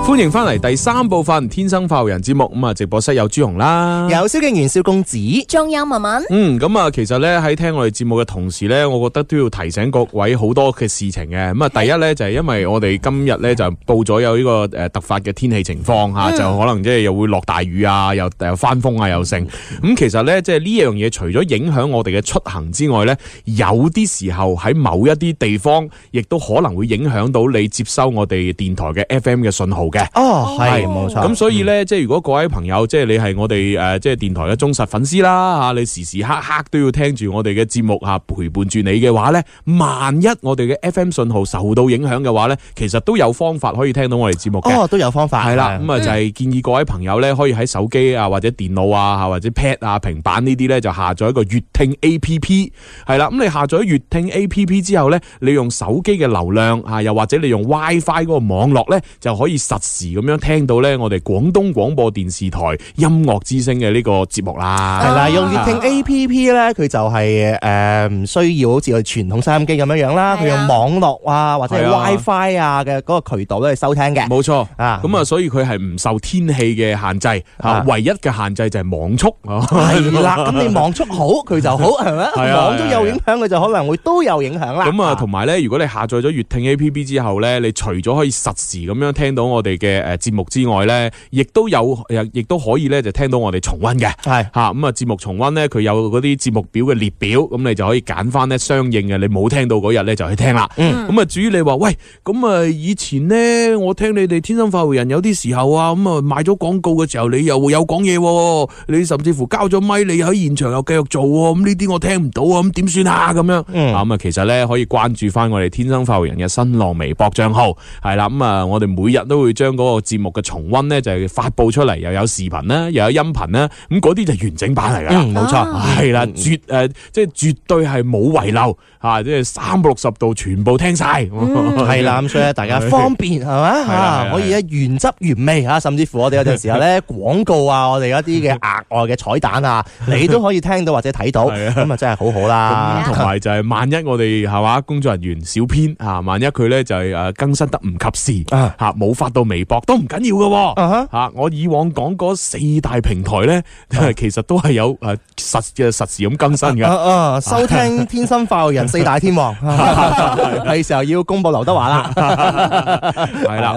Speaker 5: 欢迎翻嚟第三部分《天生快活人》节目，咁啊，直播室有朱红啦。
Speaker 2: 有蕭敬元、蕭公子，
Speaker 1: 仲有文文，
Speaker 5: 嗯，咁啊，其實咧喺聽我哋節目嘅同時咧，我覺得都要提醒各位好多嘅事情嘅。咁啊，第一咧就係因為我哋今日咧就報咗有呢個誒突發嘅天氣情況嚇，就可能即係又會落大雨啊，又又翻風啊，又剩。咁其實咧，即係呢樣嘢除咗影響我哋嘅出行之外咧，有啲時候喺某一啲地方，亦都可能會影響到你接收我哋電台嘅 FM 嘅信號嘅。嘅。
Speaker 2: 哦，係
Speaker 5: 係
Speaker 2: 冇錯。
Speaker 5: 咁所以咧，即係如果各位朋友，即係你係我哋诶，即係電台嘅忠實粉絲啦吓，你時時刻刻都要聽住我哋嘅節目吓，陪伴住你嘅話咧，萬一我哋嘅 FM 信號受到影響嘅話咧，其實都有方法可以聽到我哋節目嘅。
Speaker 2: 哦都有方法
Speaker 5: 系啦，
Speaker 2: 係
Speaker 5: 咁啊就係建議各位朋友咧，可以喺手機啊或者電腦啊或者 pad 啊平板呢啲咧就下載一個粵聽 A P P，係啦，咁你下載粵聽 A P P 之後咧，你用手機嘅流量啊，又或者你用 WiFi 嗰個網絡咧，就可以實時咁樣聽到咧我哋廣東廣播電視台音樂之聲嘅呢個節目
Speaker 1: 啊
Speaker 5: 啦。啊
Speaker 2: 係啦，用粵聽 A P P 咧，佢就係誒唔需要好似我哋傳統收音機咁樣樣啦，佢
Speaker 1: 係
Speaker 2: 用
Speaker 1: 啊
Speaker 2: 網絡啊或者係
Speaker 5: 係啊
Speaker 2: WiFi 啊嘅嗰個渠道咧去收聽嘅。
Speaker 5: 冇錯
Speaker 2: 啊
Speaker 5: 咁啊，所以佢係唔受天氣嘅限制，
Speaker 2: 啊
Speaker 5: 啊，唯一嘅限制就係網速。
Speaker 2: 係啦，咁 你網速好佢就好，係
Speaker 5: 係
Speaker 2: 咪？
Speaker 5: 啊
Speaker 2: 網速有影響，佢就可能會都有影響啦。
Speaker 5: 咁啊，同埋咧，如果你下載咗粵聽 A P P 之後咧，你除咗可以實時咁樣聽到我哋嘅誒節目之外咧，亦都有誒亦都可以咧就聽到我哋重温嘅。
Speaker 2: 係
Speaker 5: 嚇咁啊！節目重温咧，佢有嗰啲節目表嘅列表，咁你就可以揀翻咧相應嘅，你冇聽到嗰日咧就去聽啦。
Speaker 2: 嗯
Speaker 5: 咁啊，至於你話喂，咁啊以前咧，我聽你哋天生快活人有啲時候啊，咁啊賣咗廣告嘅時候，你又會有講嘢喎，你甚至乎交咗咪，你喺現場又繼續做喎，咁呢啲我聽唔到啊，咁點算啊？咁樣。
Speaker 2: 嗯
Speaker 5: 啊咁啊，其實咧可以關注翻我哋天生快活人嘅新浪微博帳號，係啦，咁啊，我哋每日都會將嗰個節目嘅重温咧就係發布出嚟，又有視頻啦，又有音頻啦，咁嗰啲就完整版嚟㗎啦。
Speaker 2: 嗯冇錯，
Speaker 1: 啊
Speaker 5: 係啦，絕诶，即係絕對係冇遺漏啊吓，即係三百六十度全部聽晒。
Speaker 2: 係
Speaker 5: 係
Speaker 2: 啦，咁所以咧大家方便係嘛
Speaker 5: 嗯係啊啦係
Speaker 2: 嚇，
Speaker 5: 啦
Speaker 2: 可以咧原汁原味嚇，甚至乎我哋有陣時候咧廣告啊，我哋有一啲 嘅額外嘅彩蛋啊，你都可以聽到或者睇到，
Speaker 5: 係啊
Speaker 2: 咁啊真係好好啦
Speaker 5: 咁。同埋就係萬一我哋係嘛工作人員小編啊，萬一佢咧就係誒更新得唔及時
Speaker 2: 啊
Speaker 5: 嚇，冇發到微博都唔緊要嘅
Speaker 2: 啊哈
Speaker 5: 喎嚇。我以往講嗰四大平台咧， 其實都係有誒實嘅實時咁更新
Speaker 2: 啊
Speaker 5: 嘅。
Speaker 2: 啊！收聽《天生快活人》四大天王，係時候要公布劉德華啦。 係啦
Speaker 5: 係啦，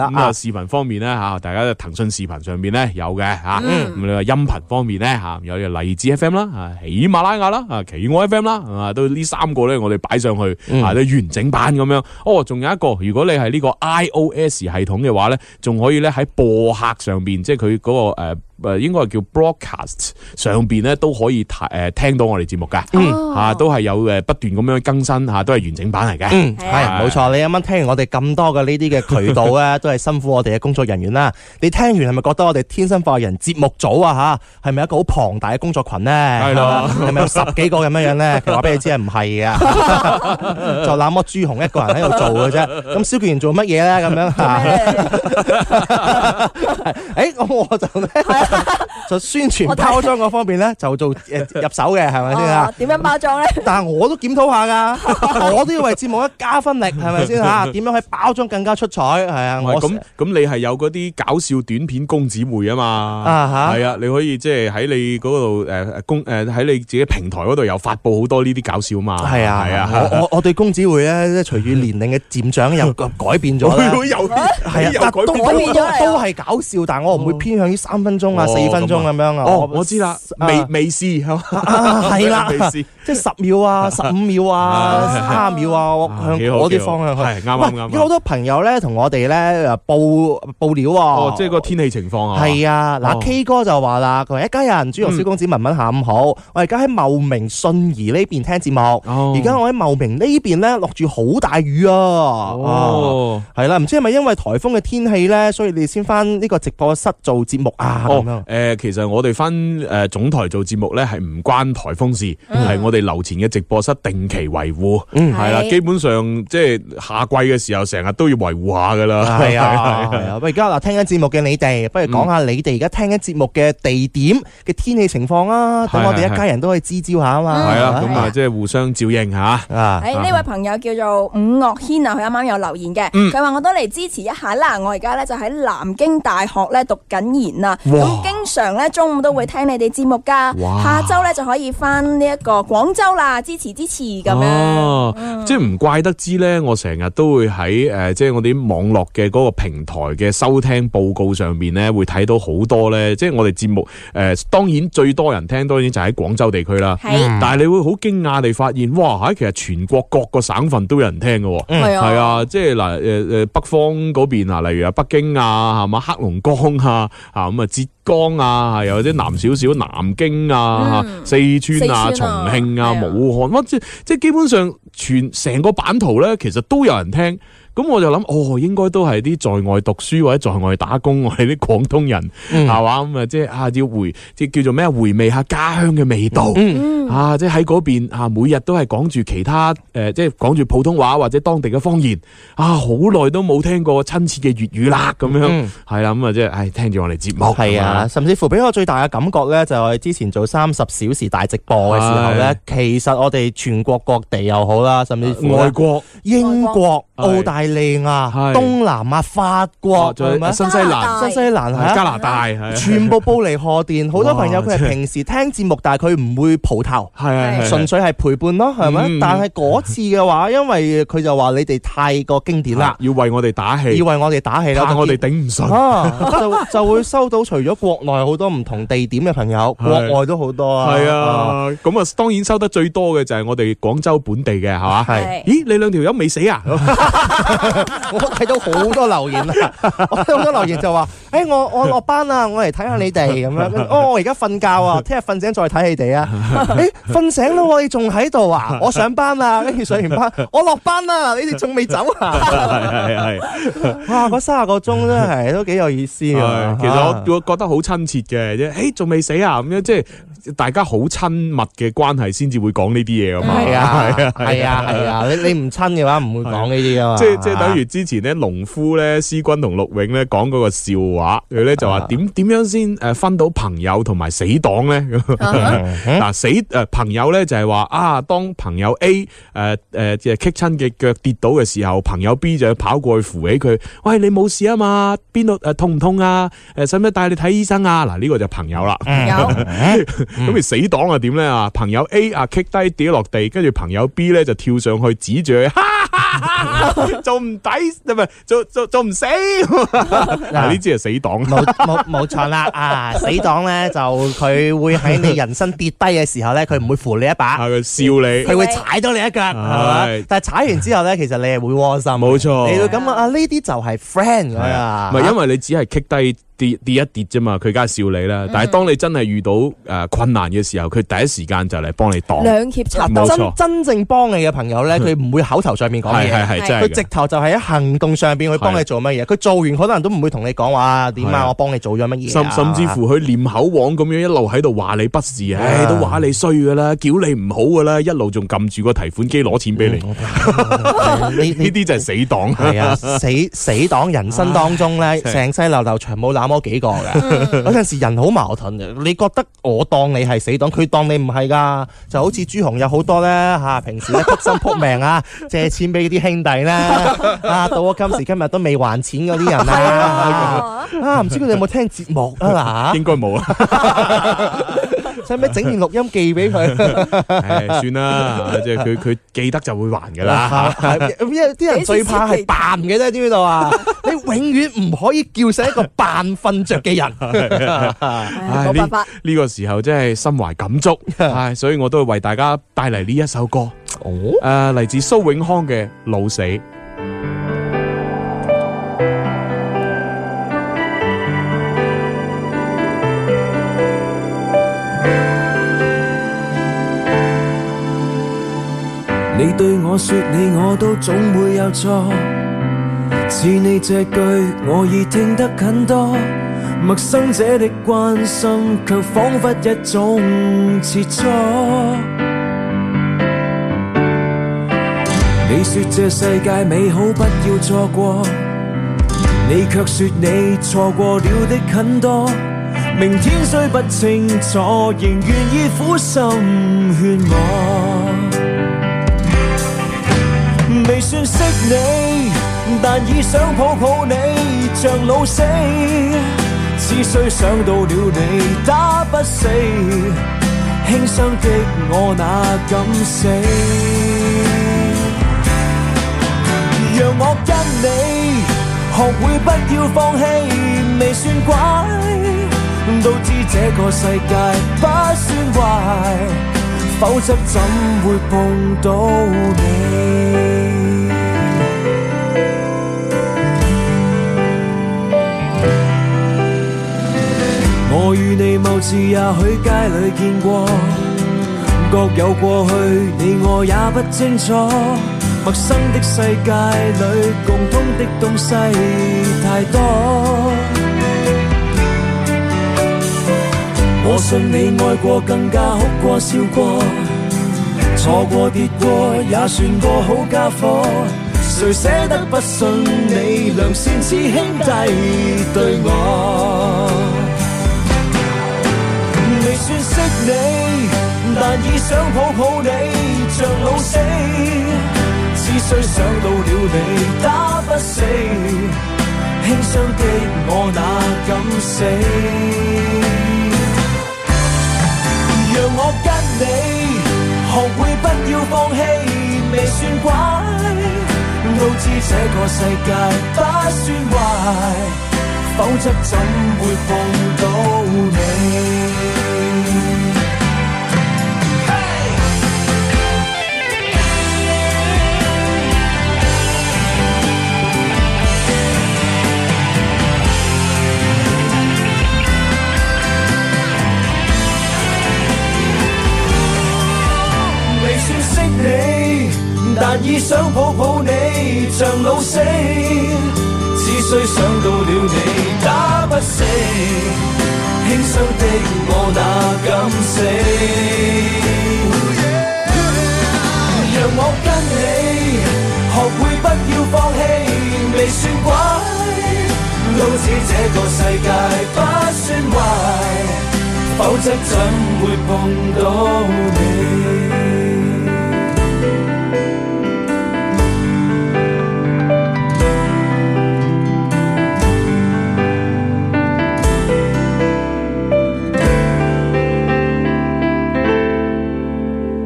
Speaker 5: 咁
Speaker 2: 啊
Speaker 5: 啊視頻方面咧嚇，大家騰訊視頻上面咧有嘅嚇。
Speaker 6: 嗯
Speaker 5: 咁你話音頻方面咧嚇，有呢個荔枝 FM 啦、啊喜馬拉雅啦、啊奇愛 FM 啦，啊都呢三個咧我哋擺上去
Speaker 2: 嗯
Speaker 5: 啊都完整版咁樣。哦，仲有一個，如果你係呢個 iOS 系統嘅話咧，仲可以咧喺播客上邊，即係佢嗰個誒。誒應該係叫 broadcast 上邊咧都可以睇誒聽到我哋節目㗎，
Speaker 1: 嗯
Speaker 5: 啊都係有誒不斷咁樣更新啊嚇，都係完整版嚟嘅。
Speaker 2: 嗯，係
Speaker 1: 係
Speaker 5: 啊
Speaker 2: 冇錯。你啱啱聽完我哋咁多嘅呢啲嘅渠道咧，都係辛苦我哋嘅工作人員啦。你聽完係咪覺得我哋《天生快活人》節目組啊嚇，係咪一個好龐大嘅工作群咧？係
Speaker 5: 咯
Speaker 2: 係咪有十幾個咁樣樣咧？其實話俾你知係唔係嘅， 就那麼朱紅一個人喺度做嘅啫。咁蕭健然做乜嘢咧？咁樣
Speaker 5: 啊
Speaker 2: 嚇？ 诶，咁我就咧 就宣傳包裝嗰方面咧就做诶入手嘅，係咪先啊？
Speaker 1: 哦點樣包裝咧？
Speaker 2: 但係我都檢討下 㗎，我都要為節目一加分力，係咪先吓？點樣喺包裝更加出彩？係啊，
Speaker 5: 唔係
Speaker 2: 我
Speaker 5: 咁咁，你係有嗰啲搞笑短片公子會啊
Speaker 2: 啊
Speaker 5: 嘛，
Speaker 2: 哈
Speaker 5: 係啊，你可以即係喺你嗰度誒誒公誒喺你自己平台嗰度又發布好多呢啲搞笑嘛，
Speaker 2: 係啊，
Speaker 5: 係啊，
Speaker 2: 我我我對公子會咧，即係隨住年齡嘅漸長又 改變 咗啦。
Speaker 5: 會有
Speaker 2: 係啊，
Speaker 5: 有
Speaker 2: 但
Speaker 5: 改
Speaker 2: 都都
Speaker 5: 變
Speaker 1: 改變
Speaker 2: 都
Speaker 1: 咗嚟
Speaker 2: 都係搞笑，但我唔會偏向於三分鐘啊、
Speaker 5: 哦
Speaker 2: 四分鐘咁樣啊。
Speaker 5: 哦，我知啦，未未試係嘛，
Speaker 2: 啊係啦
Speaker 5: 未試，
Speaker 2: 即係十秒 啊、十五秒啊、
Speaker 1: 啊
Speaker 2: 三十秒啊，我向
Speaker 5: 幾好
Speaker 2: 嗰
Speaker 5: 幾
Speaker 2: 啲
Speaker 5: 好
Speaker 2: 方向去。
Speaker 5: 係啱啱
Speaker 2: 喂
Speaker 5: 啱
Speaker 2: 有好
Speaker 5: 啱。
Speaker 2: 多朋友咧同我哋咧誒報報料喎。
Speaker 5: 哦，即係個天氣情況啊，
Speaker 2: 係啊，嗱
Speaker 5: 哦
Speaker 2: K 哥就話啦，佢話哎一家人，朱紅小公子文文下午好，我而家喺茂名信宜呢邊聽節目，
Speaker 5: 哦
Speaker 2: 而家我喺茂名呢邊咧落住好大雨啊，哦，
Speaker 5: 哦。
Speaker 2: 係啦，唔知係咪因為颱風嘅天氣咧，所以你先翻呢個直播室做節目啊咁樣
Speaker 5: 哦，誒、，其實我哋翻誒總台做節目咧，係唔關颱風事，係、我哋樓前嘅直播室定期維護，
Speaker 2: 嗯
Speaker 5: 係啦，基本上即係夏季嘅時候，成日都要維護下噶啦，
Speaker 2: 係啊，係啊，喂，而家嗱聽緊節目嘅你哋，不如講下你哋而家聽緊節目嘅地點嘅天氣情況啊，等我哋
Speaker 5: 係係
Speaker 2: 一家人都可以支招下啊嘛，
Speaker 5: 係啦，
Speaker 1: 嗯
Speaker 5: 咁
Speaker 1: 係
Speaker 5: 啊，
Speaker 1: 啊
Speaker 5: 即係互相照應吓。
Speaker 2: 啊，嗯
Speaker 1: 诶，呢位朋友叫做伍樂軒啊，佢啱啱有留言嘅，佢話我都嚟支持一下啦。我而家咧就喺南京大學咧讀緊研啊，咁哋經常咧中午都會聽你哋節目㗎，
Speaker 5: 哇
Speaker 1: 下周咧就可以翻呢一個廣州啦，支持支持咁樣。嗯
Speaker 5: 哦，即系唔怪得知咧，我成日都會喺诶、呃即係我啲網絡嘅嗰個平台嘅收聽報告上面咧，會睇到好多咧，即係我哋節目诶、呃，当然最多人聽，當然就喺廣州地區啦。
Speaker 1: 係
Speaker 5: 但係你會好驚訝地發現，哇！喺其實全國各個省份都有人聽嘅喎。
Speaker 1: 嗯係
Speaker 5: 係，啊，即係嗱，誒誒北方嗰邊啊，例如啊北京啊，係嘛黑龍江啊，啊咁啊浙江啊，係又或者南少少南京
Speaker 1: 嗯
Speaker 5: 啊、四川啊、重
Speaker 1: 四川啊
Speaker 5: 慶啊、
Speaker 1: 係啊
Speaker 5: 武漢，哇！即即基本上全成個版圖咧，其實都有人聽。咁我就諗，哦，應該都係啲在外讀書或者在外打工，我哋啲廣東人係嘛咁啊，即係啊要回即係叫做咩啊回味下家鄉嘅味道。啊，即係喺嗰邊啊，每日都係講住其他誒、呃即係講住普通話或者當地嘅方言啊，好耐都冇聽過親切嘅粵語啦，咁樣
Speaker 2: 嗯
Speaker 5: 係啦，咁啊即係唉，聽住我哋節目
Speaker 2: 係啊，
Speaker 5: 係嘛，
Speaker 2: 甚至乎俾我最大嘅感覺咧，就係我哋之前做三十小時大直播嘅時候
Speaker 5: 哦
Speaker 2: 咧，其實我哋全國各地又好啦，甚至乎呢
Speaker 5: 外國
Speaker 2: 英國、
Speaker 5: 外國
Speaker 2: 澳大利亞
Speaker 5: 係、
Speaker 2: 東南亞、法
Speaker 5: 啊
Speaker 2: 國，
Speaker 5: 仲
Speaker 2: 係
Speaker 5: 有
Speaker 2: 咪？
Speaker 5: 新西蘭、
Speaker 2: 新西蘭係啊，
Speaker 5: 加拿大係啊
Speaker 2: 全部布離賀電。 好多朋友
Speaker 5: 哇
Speaker 2: 佢係平時聽節目，但係佢唔會蒲頭。
Speaker 5: 係係係
Speaker 2: 純粹係陪伴咯，係咪？
Speaker 5: 嗯
Speaker 2: 但係嗰次嘅話，因為佢就話你哋太過經典啦，
Speaker 5: 要為我哋打氣
Speaker 2: 要，為我哋打氣啦，
Speaker 5: 怕我哋
Speaker 2: 就
Speaker 5: 頂唔順。
Speaker 2: 啊，就就會收到除咗國內好多唔同地點嘅朋友，
Speaker 5: 係
Speaker 2: 國外都好多啊。
Speaker 5: 係，啊，咁啊，當然收得最多嘅就係我哋廣州本地嘅，係嘛？
Speaker 2: 係
Speaker 5: 咦，你兩條友未 死啊？
Speaker 2: 我睇到好多留言啊， 我睇到好多留言就話：，誒我我落班啦，我嚟睇下你 哋咁樣。哦，我而家瞓覺啊，聽日瞓醒再睇你哋啊。 誒瞓醒啦喎，你仲喺度啊？我上班啦，跟住上完 班，我落班啦，你哋仲未走啊？
Speaker 5: 係係 係。
Speaker 2: 哇！嗰三十個鐘真係都幾有意思啊
Speaker 5: 係，！其實我我覺得好親切嘅，即係誒仲未死啊咁樣，即係大家好親密嘅關係先至會講呢啲嘢啊嘛。
Speaker 2: 係啊係啊係啊！你你唔親嘅話，唔會講呢啲啊嘛。
Speaker 5: 即係即係等於之前咧，農夫咧、思君同陸永咧講嗰個笑話，佢咧就話
Speaker 2: 啊
Speaker 5: 點點樣先誒分到朋友同埋死黨咧？咁
Speaker 2: 啊
Speaker 5: 嗱死誒朋友咧就係話啊，當朋友 A 誒誒即係棘親嘅腳跌倒嘅時候，朋友 B 就跑過去扶起佢，喂你冇事啊嘛？邊度誒痛唔痛啊？誒使唔使帶你睇醫生啊？嗱呢個就朋友啦。
Speaker 2: 嗯
Speaker 1: 有
Speaker 5: 咁而死黨啊點咧啊？朋友 A 啊棘低跌落地，跟住朋友 B 咧就跳上去指住佢，哈 哈哈哈做唔抵，唔係做做做唔死。嗱呢支係死黨，
Speaker 2: 冇冇冇錯啦！ 啊，死黨咧就佢會喺你人生跌低嘅時候咧，佢唔會扶你一
Speaker 5: 啊
Speaker 2: 把，
Speaker 5: 佢笑你。
Speaker 2: 佢會踩多你一腳，係嘛
Speaker 5: 係？
Speaker 2: 但係踩完之後咧，其實你係會窩心，
Speaker 5: 冇錯
Speaker 2: 你會咁啊！呢啲就 係 friend 咁啊，
Speaker 5: 唔係因為你只係棘低跌跌一跌啫嘛，佢梗係笑你啦。但係當你真係遇到誒困難嘅時候，佢第一時間就嚟幫你擋。
Speaker 1: 兩協插
Speaker 5: 冇
Speaker 1: 刀
Speaker 5: 錯，嗯
Speaker 2: 真真正幫你嘅朋友咧，佢唔會口頭上面講嘢。
Speaker 5: 係係係真係
Speaker 2: 佢
Speaker 5: 嘅
Speaker 2: 直。頭就係喺行動上邊去幫你做乜嘢，佢做完好多人都唔會同你講話啊點
Speaker 5: 係啊
Speaker 2: 啊，我幫你做咗乜嘢
Speaker 5: 甚
Speaker 2: 啊
Speaker 5: 甚至乎佢念口簧咁樣一路喺度話你不是，唉，都話你衰噶啦，叫你唔好噶啦，一路仲撳住個提款機攞錢俾你，呢
Speaker 2: 你你
Speaker 5: 啲就係死黨。
Speaker 2: 係啊，死死黨人生當中咧，
Speaker 5: 真係
Speaker 2: 成世流流長冇那麼幾個嘅。有陣時人好矛盾嘅，你覺得我當你係死黨，佢當你唔係㗎，就好似朱紅有好多咧嚇，平 時咧撲心撲命啊，借錢俾啲兄弟咧啊，到我今時今日都未還錢嗰啲人 啊，啊唔知佢哋有冇聽節目 啊嗱
Speaker 5: 應該冇啊，
Speaker 2: 使唔使整段錄音寄俾佢？
Speaker 5: 唉，算啦，即係佢佢記得就會還噶啦。
Speaker 2: 係 因為啲人最怕係扮嘅啫，知唔知道啊？你永遠唔可以叫醒一個扮瞓着嘅人。
Speaker 5: 唉呢
Speaker 1: 冇辦法。
Speaker 5: 呢個時候真係心懷感 觸，唉，所以我都為大家帶嚟呢一首歌，
Speaker 2: 哦，
Speaker 5: 誒，嚟自蘇永康嘅《老死》。
Speaker 4: 你對我說你我都總會有錯，似你這句我已聽得很多。陌生者的關心卻彷彿一種切磋。你說這世界美好不要錯過，你卻說你錯過了的很多。明天雖不清楚，仍願意苦心勸我。未算識你，但已想抱抱你，像老死。只需想到了你，打不死輕傷的我哪敢死？讓我跟你學會不要放棄，未算怪，都知這個世界不算壞，否則怎會碰到你？我與你某次也許街裏見過，各有過去，你我也不清楚。陌生的世界裏，共通的東西太多。我信你愛過，更加哭過、笑過，錯過、跌過，也算過好家伙。誰捨得不信你良善似兄弟對我？未算識你，但已想抱抱你，像老死。只需想到了你，打不死，輕傷的我哪敢死？讓我跟你學會不要放棄，未算怪，都知這個世界不算壞，否則怎會碰到你？未算識你，但已想抱抱你，像老死。只需想到了你，打不死，輕傷的我哪敢死？讓我跟你學會不要放棄，未算怪，都知這個世界不算壞，否則怎會碰到你？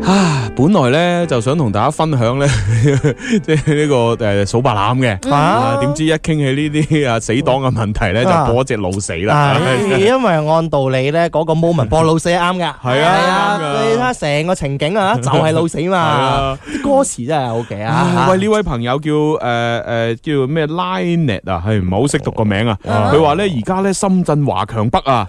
Speaker 5: 啊，本來咧就想同大家分享咧， 即係呢個诶數白欖嘅，啊點知一傾起呢啲啊死黨嘅問題咧，就
Speaker 2: 啊
Speaker 5: 播一隻老死 啦。
Speaker 2: 啊，因為按道理呢，嗰個 moment 播老死係啱㗎。
Speaker 5: 係啊，
Speaker 2: 係啊，
Speaker 5: 啱㗎。
Speaker 2: 你睇下成個情景啊，就係老死嘛。
Speaker 5: 係啊。
Speaker 2: 啲歌詞真係好嘅啊。
Speaker 5: 啊喂，呢位朋友叫诶诶叫咩 Linet 啊，係唔係好識讀個名啊？佢話咧而家咧深圳華強北 啊。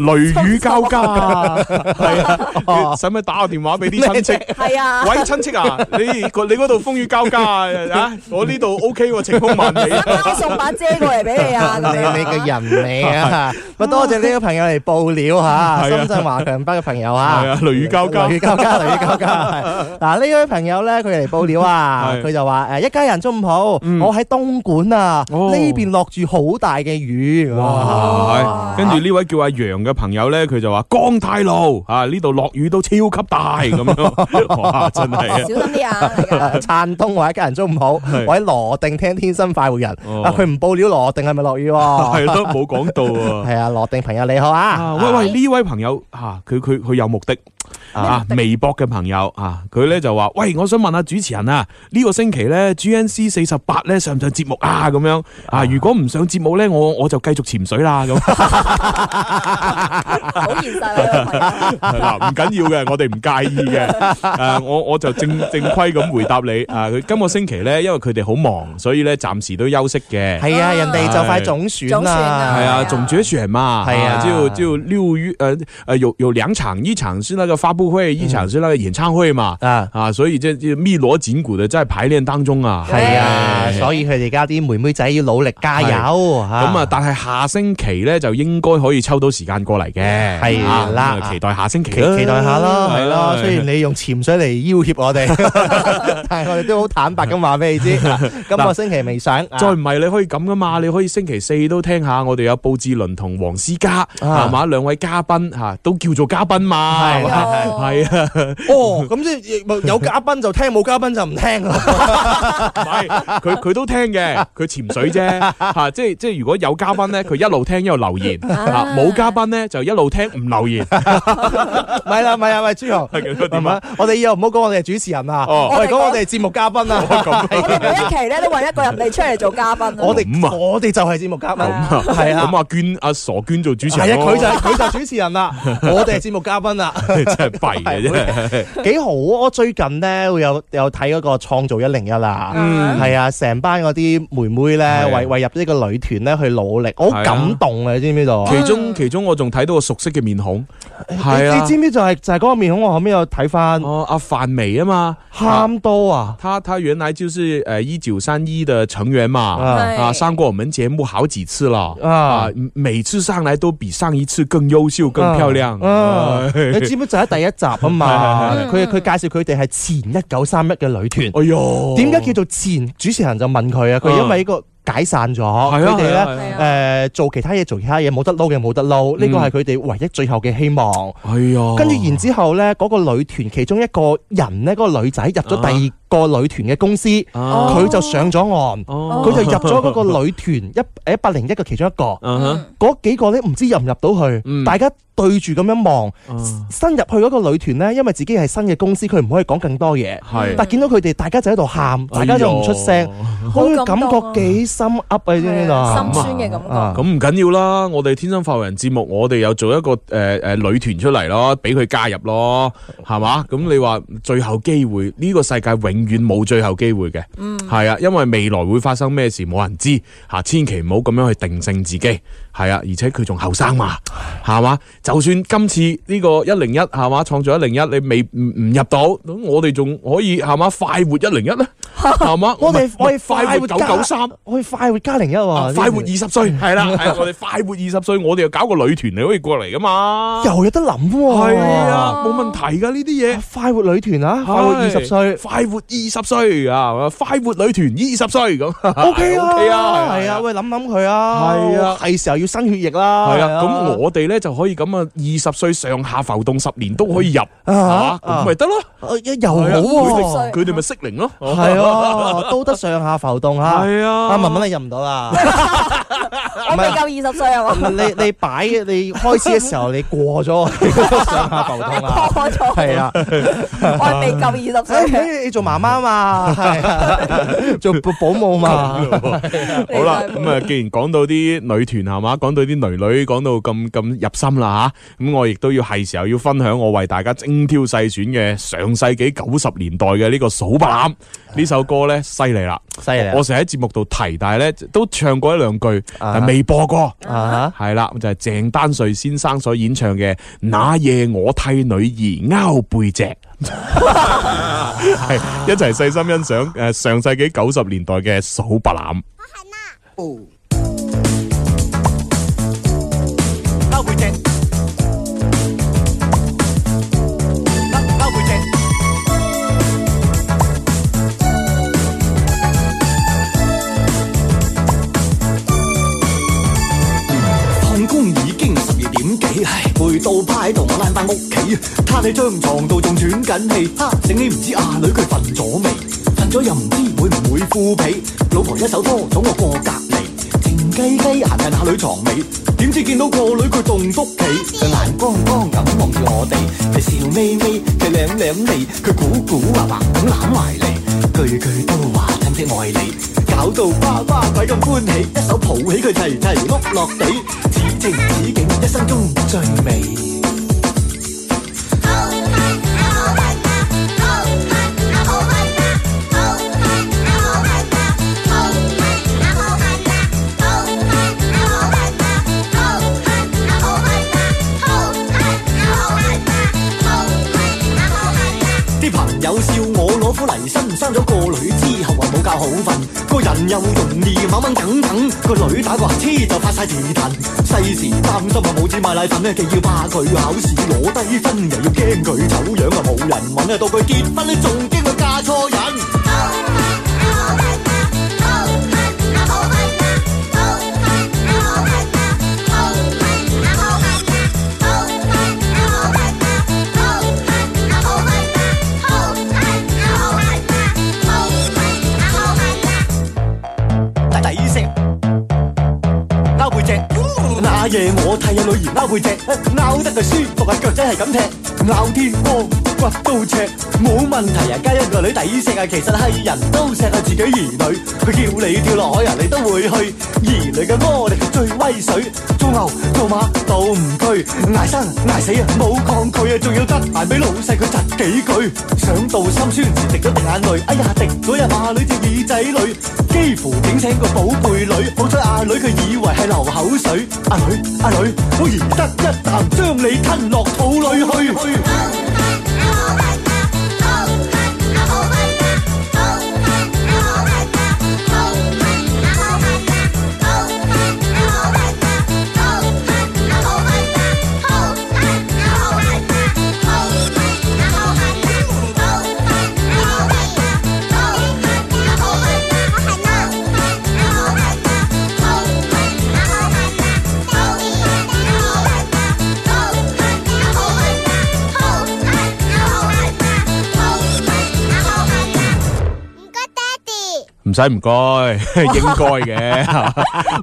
Speaker 5: 雷雨交加，係啊，使唔使打個電話俾啲親戚？
Speaker 1: 係啊，
Speaker 5: 喂，親戚啊，你你嗰度風雨交加啊啊，我呢度 OK 喎，晴空萬里。
Speaker 1: 我送把遮過嚟俾你啊，咁
Speaker 2: 你
Speaker 1: 樣
Speaker 2: 你嘅人嚟 啊！咪多謝呢個朋友嚟報料
Speaker 5: 係啊
Speaker 2: 吓，深圳華強北嘅朋友啊
Speaker 5: 係啊，雷雨交加
Speaker 2: 雷雨交 加，雷雨交加。係嗱呢位朋友咧，佢嚟報料啊，
Speaker 5: 係
Speaker 2: 佢就話誒一家人中午好，
Speaker 5: 嗯
Speaker 2: 我喺東莞啊，
Speaker 5: 哦
Speaker 2: 呢邊落住好大嘅雨。
Speaker 5: 哇！啊跟住呢位叫阿楊嘅朋友咧，佢就話江太路啊，呢度落雨都超級大咁樣， 哇！真係啊，
Speaker 1: 小心啲啊， 大家
Speaker 2: 撐東話一家人中午好，
Speaker 5: 係
Speaker 2: 我喺羅定聽《天生快活人》
Speaker 5: 哦
Speaker 2: 啊，佢唔報料羅定係咪落雨喎？
Speaker 5: 係咯，冇講到啊。
Speaker 2: 係啊，羅定朋友你好
Speaker 5: 啊！
Speaker 2: 啊！
Speaker 5: 喂喂，呢位朋友啊，佢佢佢有目的啊！微博嘅朋友啊，佢咧就話：喂，我想問下主持人啊，呢個星期咧 GNC 四十八咧上唔上節目啊？咁樣啊，如果唔上節目咧，我我就繼續潛水啦 咁。
Speaker 1: 好現實 啊，呢位朋友
Speaker 5: 嗱，唔緊要嘅，我哋唔介意嘅。诶、我我就正正規咁回答你。啊，佢今個星期咧，因為佢哋好忙，所以咧暫時都休息嘅。係
Speaker 2: 係啊，人哋就快
Speaker 5: 係
Speaker 2: 總選
Speaker 1: 總選
Speaker 2: 啦
Speaker 1: 啊。
Speaker 5: 啊，总决选嘛，
Speaker 2: 係啊
Speaker 5: 就就六月，呃呃，有有两场，一场是那个发布会，一场是那个演唱会嘛，
Speaker 2: 啊
Speaker 5: 啊，所以这这密锣紧鼓的在排练当中啊，
Speaker 2: 係啊，
Speaker 5: 係
Speaker 2: 所以佢哋而家啲妹妹仔要努力加油
Speaker 5: 咁
Speaker 2: 咁
Speaker 5: 啊，，但係下星期咧就應該可以抽到時間過嚟嘅，
Speaker 2: 係啦
Speaker 5: 啊咁啊期待下星期
Speaker 2: 期期待下咯，係咯。雖
Speaker 5: 然
Speaker 2: 然你用潛水嚟要挟我 哋， 但係我哋都好坦白咁話俾你知，啊今個星期未上，啊
Speaker 5: 再唔係你可以咁噶嘛，你可以星期四都聽下
Speaker 2: 啊
Speaker 5: 啊我哋有布志倫同黃思嘉係嘛兩位嘉賓嚇，都叫做嘉賓嘛，
Speaker 2: 係
Speaker 5: 係嘛
Speaker 2: 係
Speaker 5: 係啊，
Speaker 2: 哦，咁即系有嘉賓就聽，冇嘉賓就唔聽啊！
Speaker 5: 唔係佢 佢都聽嘅，佢潛水啫吓，即係即係如果有嘉賓咧，佢一路聽一路留言吓，
Speaker 1: 啊
Speaker 5: 冇嘉賓咧就一路聽唔 留言。
Speaker 2: 啊唔係啦，唔係啊，喂，朱豪，
Speaker 5: 係咁
Speaker 2: 係
Speaker 5: 點啊
Speaker 2: 咪？我哋以後唔好講我哋係主持人啊，
Speaker 5: 哦
Speaker 2: 我哋講我哋係節目嘉賓啊，
Speaker 1: 我哋每一期咧都揾一個人嚟出嚟做嘉賓啊。
Speaker 2: 我
Speaker 5: 咁啊
Speaker 2: 哋我哋就係節目嘉賓，係啊
Speaker 5: 咁。啊，娟阿傻娟做主持
Speaker 2: 係
Speaker 5: 人
Speaker 2: 啊，
Speaker 5: 咯，
Speaker 2: 佢就係佢就係主持人 啦，我哋係節目嘉賓啦，
Speaker 5: 真係弊嘅啫。
Speaker 2: 幾好啊！我最近咧會有有睇嗰個創造一零一啦，
Speaker 5: 嗯
Speaker 2: 係啊，成班嗰啲妹妹
Speaker 5: 係啊
Speaker 2: 咧為為入呢個女團咧去努力，我好
Speaker 5: 係啊
Speaker 2: 感動啊！你知唔知道啊？
Speaker 5: 其中其中我仲睇到個熟悉嘅面孔，
Speaker 2: 你
Speaker 5: 係
Speaker 2: 你
Speaker 5: 啊
Speaker 2: 知，唔知就係就係嗰個面孔？我後尾有睇翻，
Speaker 5: 哦阿范梅啊嘛，
Speaker 2: 喊到啊！
Speaker 5: 他他原来就是呃一九三一的成员嘛，
Speaker 2: 啊
Speaker 5: 啊上过我们节目好几次了啊
Speaker 2: 啊，
Speaker 5: 每次上来都比上一次更优秀、更漂亮。
Speaker 2: 啊
Speaker 5: 哎
Speaker 2: 你知唔知就喺第一集啊嘛？佢佢介紹佢哋係前一九三一嘅女團，
Speaker 5: 哎呦，
Speaker 2: 點解叫做前？主持人就問佢啊，佢因為呢個解散咗，
Speaker 5: 哦係
Speaker 2: 佢
Speaker 5: 啊
Speaker 2: 哋
Speaker 5: 係
Speaker 2: 咧
Speaker 5: 啊嗯係
Speaker 1: 啊
Speaker 2: 誒做其他嘢做其他嘢，冇得撈嘅冇得撈，呢個係佢哋唯一最後嘅希望。
Speaker 5: 哎呦，
Speaker 2: 跟住然之後咧，嗰個女團其中一個人咧，嗰個女仔入咗第二個女團嘅公司，
Speaker 5: 啊，
Speaker 2: 佢就上咗岸。
Speaker 5: 哦
Speaker 2: 佢就入咗嗰 個女團一一百零一嘅其中一個，
Speaker 5: 啊哈
Speaker 2: 嗰幾個咧唔知入唔入到去，
Speaker 5: 嗯
Speaker 2: 大家對住咁樣望，
Speaker 5: 啊
Speaker 2: 新入去嗰個女團呢，因為自己係新嘅公司，佢唔可以講更多嘢。
Speaker 5: 係
Speaker 2: 但見到佢哋大家就喺度喊，大家就唔出
Speaker 5: 哎
Speaker 2: 聲，
Speaker 5: 呦
Speaker 2: 嗰個感覺幾心噏啊！你知唔知道
Speaker 1: 係啊
Speaker 2: 啊
Speaker 1: 心？酸嘅感覺。
Speaker 2: 啊
Speaker 5: 咁唔緊要啦，我哋天生發人節目，我哋又做一個诶诶、呃女團出嚟咯，俾佢加入咯，係嘛？咁你話最後機會呢、個世界永遠冇最後機會嘅，
Speaker 2: 嗯
Speaker 5: 係啊，因為未來會發生咩事冇人知吓，嚇千祈唔好咁樣去定性自己，係啊，而且佢仲後生嘛，係嘛？就算今次呢個一零一係嘛，創造一零一，你未唔唔入到，咁我哋仲可以係嘛快活一 零一咧，係嘛？
Speaker 2: 我哋我哋
Speaker 5: 快
Speaker 2: 快活
Speaker 5: 活九
Speaker 2: 加
Speaker 5: 九三。
Speaker 2: 我哋快活加零一
Speaker 5: 啊
Speaker 2: 喎，
Speaker 5: 快活二
Speaker 2: 呢
Speaker 5: 十歲係 啦，係啊我哋快活二十歲，我哋又搞個女團，你可以過嚟噶嘛
Speaker 2: 段？又有得諗喎，
Speaker 5: 係啊，冇問題噶呢啲嘢。
Speaker 2: 快活女團啊，快活二十歲
Speaker 5: 係快活二十歲啊，快活女團二十歲咁。
Speaker 2: ，OK 啊
Speaker 5: OK 啊 係啊
Speaker 2: 係啊，喂諗諗佢啊，
Speaker 5: 係啊
Speaker 2: 係時候要新血液啦，
Speaker 5: 係啊，咁我哋咧就可以咁啊，二十歲上下浮動十年都可以入，
Speaker 2: 啊
Speaker 5: 啊，咁咪得咯。
Speaker 2: 我又
Speaker 5: 係啊佢
Speaker 2: 好喎。
Speaker 5: 哋佢哋咪適齡咯。
Speaker 2: 係啊，都得上下浮動嚇。
Speaker 5: 係啊
Speaker 2: 阿文文你入唔到 啦。
Speaker 1: 我未夠二十歲係嘛？
Speaker 2: 你你擺你開始嘅時候，你過咗上下浮動
Speaker 1: 我
Speaker 2: 啦。
Speaker 1: 錯咗，
Speaker 2: 係啊，
Speaker 1: 我係未夠二十 歲啊嘅。
Speaker 2: 誒你做媽媽嘛，係啊，做保保姆 嘛，
Speaker 5: 好啦，咁啊，既然講到啲女團係嘛，講到啲女女，講到咁咁入心啦吓，咁我亦都要係時候要分享我為大家精挑細選嘅上世紀九十年代嘅呢個數白欖呢首歌咧，犀利啦！
Speaker 2: 犀利啊
Speaker 5: 我成日喺節目度提，但係咧都唱過一兩句，但未播過。
Speaker 2: 啊！
Speaker 5: 係啦，就係鄭丹瑞先生所演唱嘅《那夜我替女兒撓背脊》。 係一齊細心欣賞诶上世紀九十年代嘅數白欖。
Speaker 4: 勾背脊，勾勾背脊。
Speaker 9: 放工已經十二點幾，唉回到趴喺度我躝翻屋企，攤喺張床度仲喘緊氣，啊醒起唔知阿女佢瞓咗未，瞓咗又唔知會唔會敷被，老婆一手拖咗我過隔離，靜雞雞行近阿女床尾，點知見到個女佢棟篤企，佢眼光光咁望住我哋，佢笑眯眯，佢舐舐脷，佢古古惑惑咁攬埋嚟，句句都話親戚愛你。搞到巴巴鬼咁歡喜，一手抱起佢齊齊碌落地，此情此景一生中最美。啲朋友笑我攞苦嚟辛，生咗個女之後話冇教好瞓，個人又容易猛猛梗梗，個女打個黑黐就發晒自彈。細時擔心啊冇錢買奶粉咧，既要怕佢考試攞低分，又要驚佢醜樣啊冇人揾啊，到佢結婚咧仲驚佢嫁錯人。
Speaker 10: Oh,
Speaker 9: 夜我替阿女兒拗背脊，拗得佢舒服啊，腳仔係咁踢，拗天光骨都赤，冇問題啊，加一個女抵錫啊，其實係人都錫啊自己兒女，佢叫你跳落海啊，你都會去，兒女嘅魔力最威水，做牛做馬都唔拘，捱生捱死啊冇抗拒啊，仲要得閒俾老細佢窒幾句，想到心酸時滴咗滴眼淚，哎呀滴咗一馬女隻耳仔裏，幾乎整醒個寶貝女，好彩阿女佢以為係流口水，阿女阿女，我而得一啖將你吞落肚裏去。
Speaker 5: 唔使唔該，應該嘅。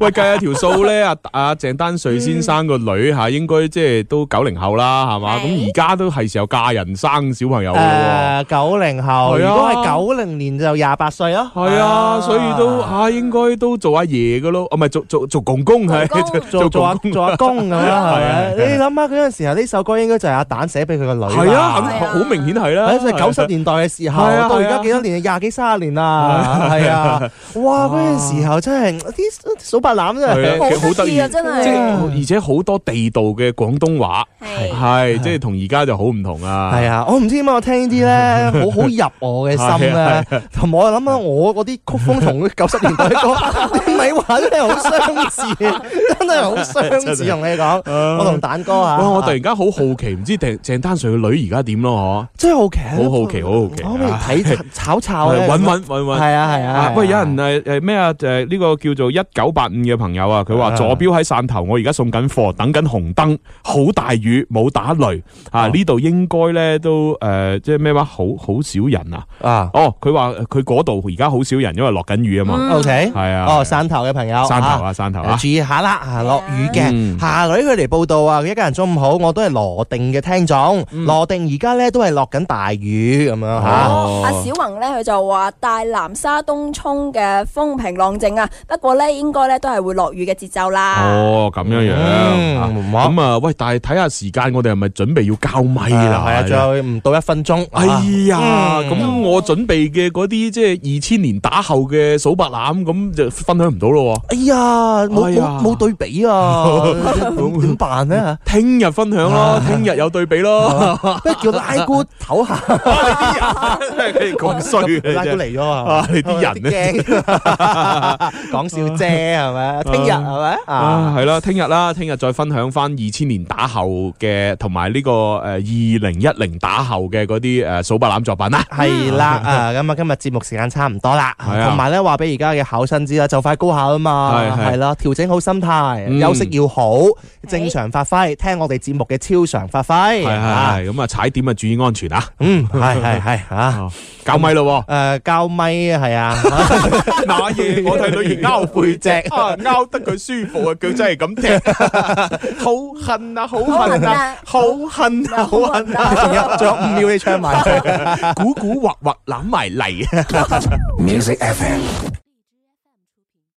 Speaker 5: 喂，計下條數咧，阿阿鄭丹瑞先生個女嚇，應該即係都九零後啦，係嘛？
Speaker 1: 係
Speaker 5: 咁而家都係時候嫁人生小朋友咯
Speaker 2: 诶，九零後，
Speaker 5: 係啊
Speaker 2: 如果係九零年就廿八歲咯。
Speaker 5: 喎。係啊，所以都啊，應該都做阿爺嘅咯，啊唔係做做做公公係
Speaker 1: 公公
Speaker 2: 做做阿
Speaker 5: 公
Speaker 2: 做阿公咁啦，係
Speaker 5: 係啊
Speaker 2: 咪？
Speaker 5: 係啊
Speaker 2: 你諗下嗰陣時候呢首歌應該就係阿蛋寫俾佢個女
Speaker 5: 係啊，
Speaker 2: 啦。
Speaker 5: 好好明顯啊係啦，
Speaker 2: 喺哎啊九十年代嘅時候，
Speaker 5: 係啊
Speaker 2: 到而
Speaker 5: 係
Speaker 2: 家
Speaker 5: 啊
Speaker 2: 幾多年？廿幾三十年啦，係啊！哇，嗰陣時候真係啲數白欖真係
Speaker 5: 係啊，好得意
Speaker 1: 好得意啊真係
Speaker 5: 即係而且好多地道嘅廣東話，
Speaker 1: 係
Speaker 5: 係即係同而家就好唔同啊。
Speaker 2: 係啊！我唔知點解我聽呢啲 咧，好好入我嘅心
Speaker 5: 係啊
Speaker 2: 咧，同埋我諗下我嗰啲曲風 同九十年代嘅 歌，你咪話真係好相似，真係好相似。同你講，我同蛋哥啊，
Speaker 5: 哇！我突然間好好奇，唔知鄭鄭丹瑞個女而家點咯？
Speaker 2: 真係好奇啊，
Speaker 5: 嗬，好好奇，好好奇
Speaker 2: 可唔可以
Speaker 5: 啊。
Speaker 2: 睇炒炒咧？
Speaker 5: 揾揾揾揾。
Speaker 2: 係啊係啊
Speaker 5: 啊！，喂，有人誒誒咩啊？誒呢個叫做一九八五嘅朋友啊，佢話
Speaker 2: 啊
Speaker 5: 坐標喺汕頭，我而家送緊貨，等緊紅燈，好大雨，冇打雷啊！
Speaker 2: 哦
Speaker 5: 呢度應該咧都誒，即係咩話？好好少人啊！
Speaker 2: 啊
Speaker 5: 哦，佢話佢嗰度而家好少人，因為落緊雨啊嘛。
Speaker 2: ，OK，
Speaker 5: 係啊，
Speaker 2: 嗯哦，汕頭嘅朋友，
Speaker 5: 汕頭
Speaker 2: 啊
Speaker 5: 啊，汕頭
Speaker 2: 誒
Speaker 5: 啊，
Speaker 2: 注意下啦，啊落雨嘅
Speaker 5: 嗯
Speaker 2: 夏女佢嚟報道啊，佢一家人中午好，我都係羅定嘅聽眾，羅定而家咧都係落緊大雨咁樣吓，
Speaker 5: 哦
Speaker 1: 阿小宏咧，佢就話大南沙東涌嘅風平浪靜啊，不過咧應該咧都係會落雨嘅節奏啦。
Speaker 5: 哦，咁樣樣
Speaker 2: 呃嗯
Speaker 5: 啊
Speaker 2: 哇
Speaker 5: 咁啊，喂，但係睇下時間，我哋係咪準備要交咪啦？
Speaker 2: 係啊，仲有唔到一分鐘，
Speaker 5: 哎
Speaker 2: 啊
Speaker 5: 呀，
Speaker 2: 嗯
Speaker 5: 咁、我準備嘅嗰啲即係二千年打後嘅數白欖，咁就分享唔到咯
Speaker 2: 哎呀，冇冇
Speaker 5: 哎呀
Speaker 2: 冇對比 啊，點點辦咧？
Speaker 5: 喎。聽日分享咯，聽日有對比 咯。
Speaker 2: 不如叫拉姑唞 下，
Speaker 5: 哎
Speaker 2: 拉姑
Speaker 5: 咁衰嘅啫。
Speaker 2: 嚟咗啊
Speaker 5: 啊！你啲人咧
Speaker 2: 有啲驚， 講笑啫係咪？聽日係咪啊？
Speaker 5: 啊，系啦，聽日啦，聽日再分享翻二千年打後嘅，同埋呢個诶二零一零打後嘅嗰啲诶數白欖作品啦。
Speaker 2: 系啦，啊咁啊，今日節目時間差唔多啦，
Speaker 5: 嗯係啊
Speaker 2: 同埋咧話俾而家嘅考生知啦，就快高考啊嘛，
Speaker 5: 係係
Speaker 2: 係啦，調整好心態，
Speaker 5: 嗯
Speaker 2: 休息要好，正常發揮，聽我哋節目嘅超常發揮，
Speaker 5: 係
Speaker 2: 啊
Speaker 5: 係係咁啊，踩點啊，注意安全啊，
Speaker 2: 嗯，係係係 啊。
Speaker 5: 搞咪咯喎。
Speaker 2: 诶，交咪係 啊，
Speaker 5: 那 夜我睇女兒拗背脊 啊，拗得佢舒服啊，腳真係咁踢， 好恨啊，好恨啊，好恨啊，好恨啊，
Speaker 2: 仲有仲有五 秒你唱埋佢。
Speaker 5: 古古惑惑攬埋嚟。
Speaker 4: Music FM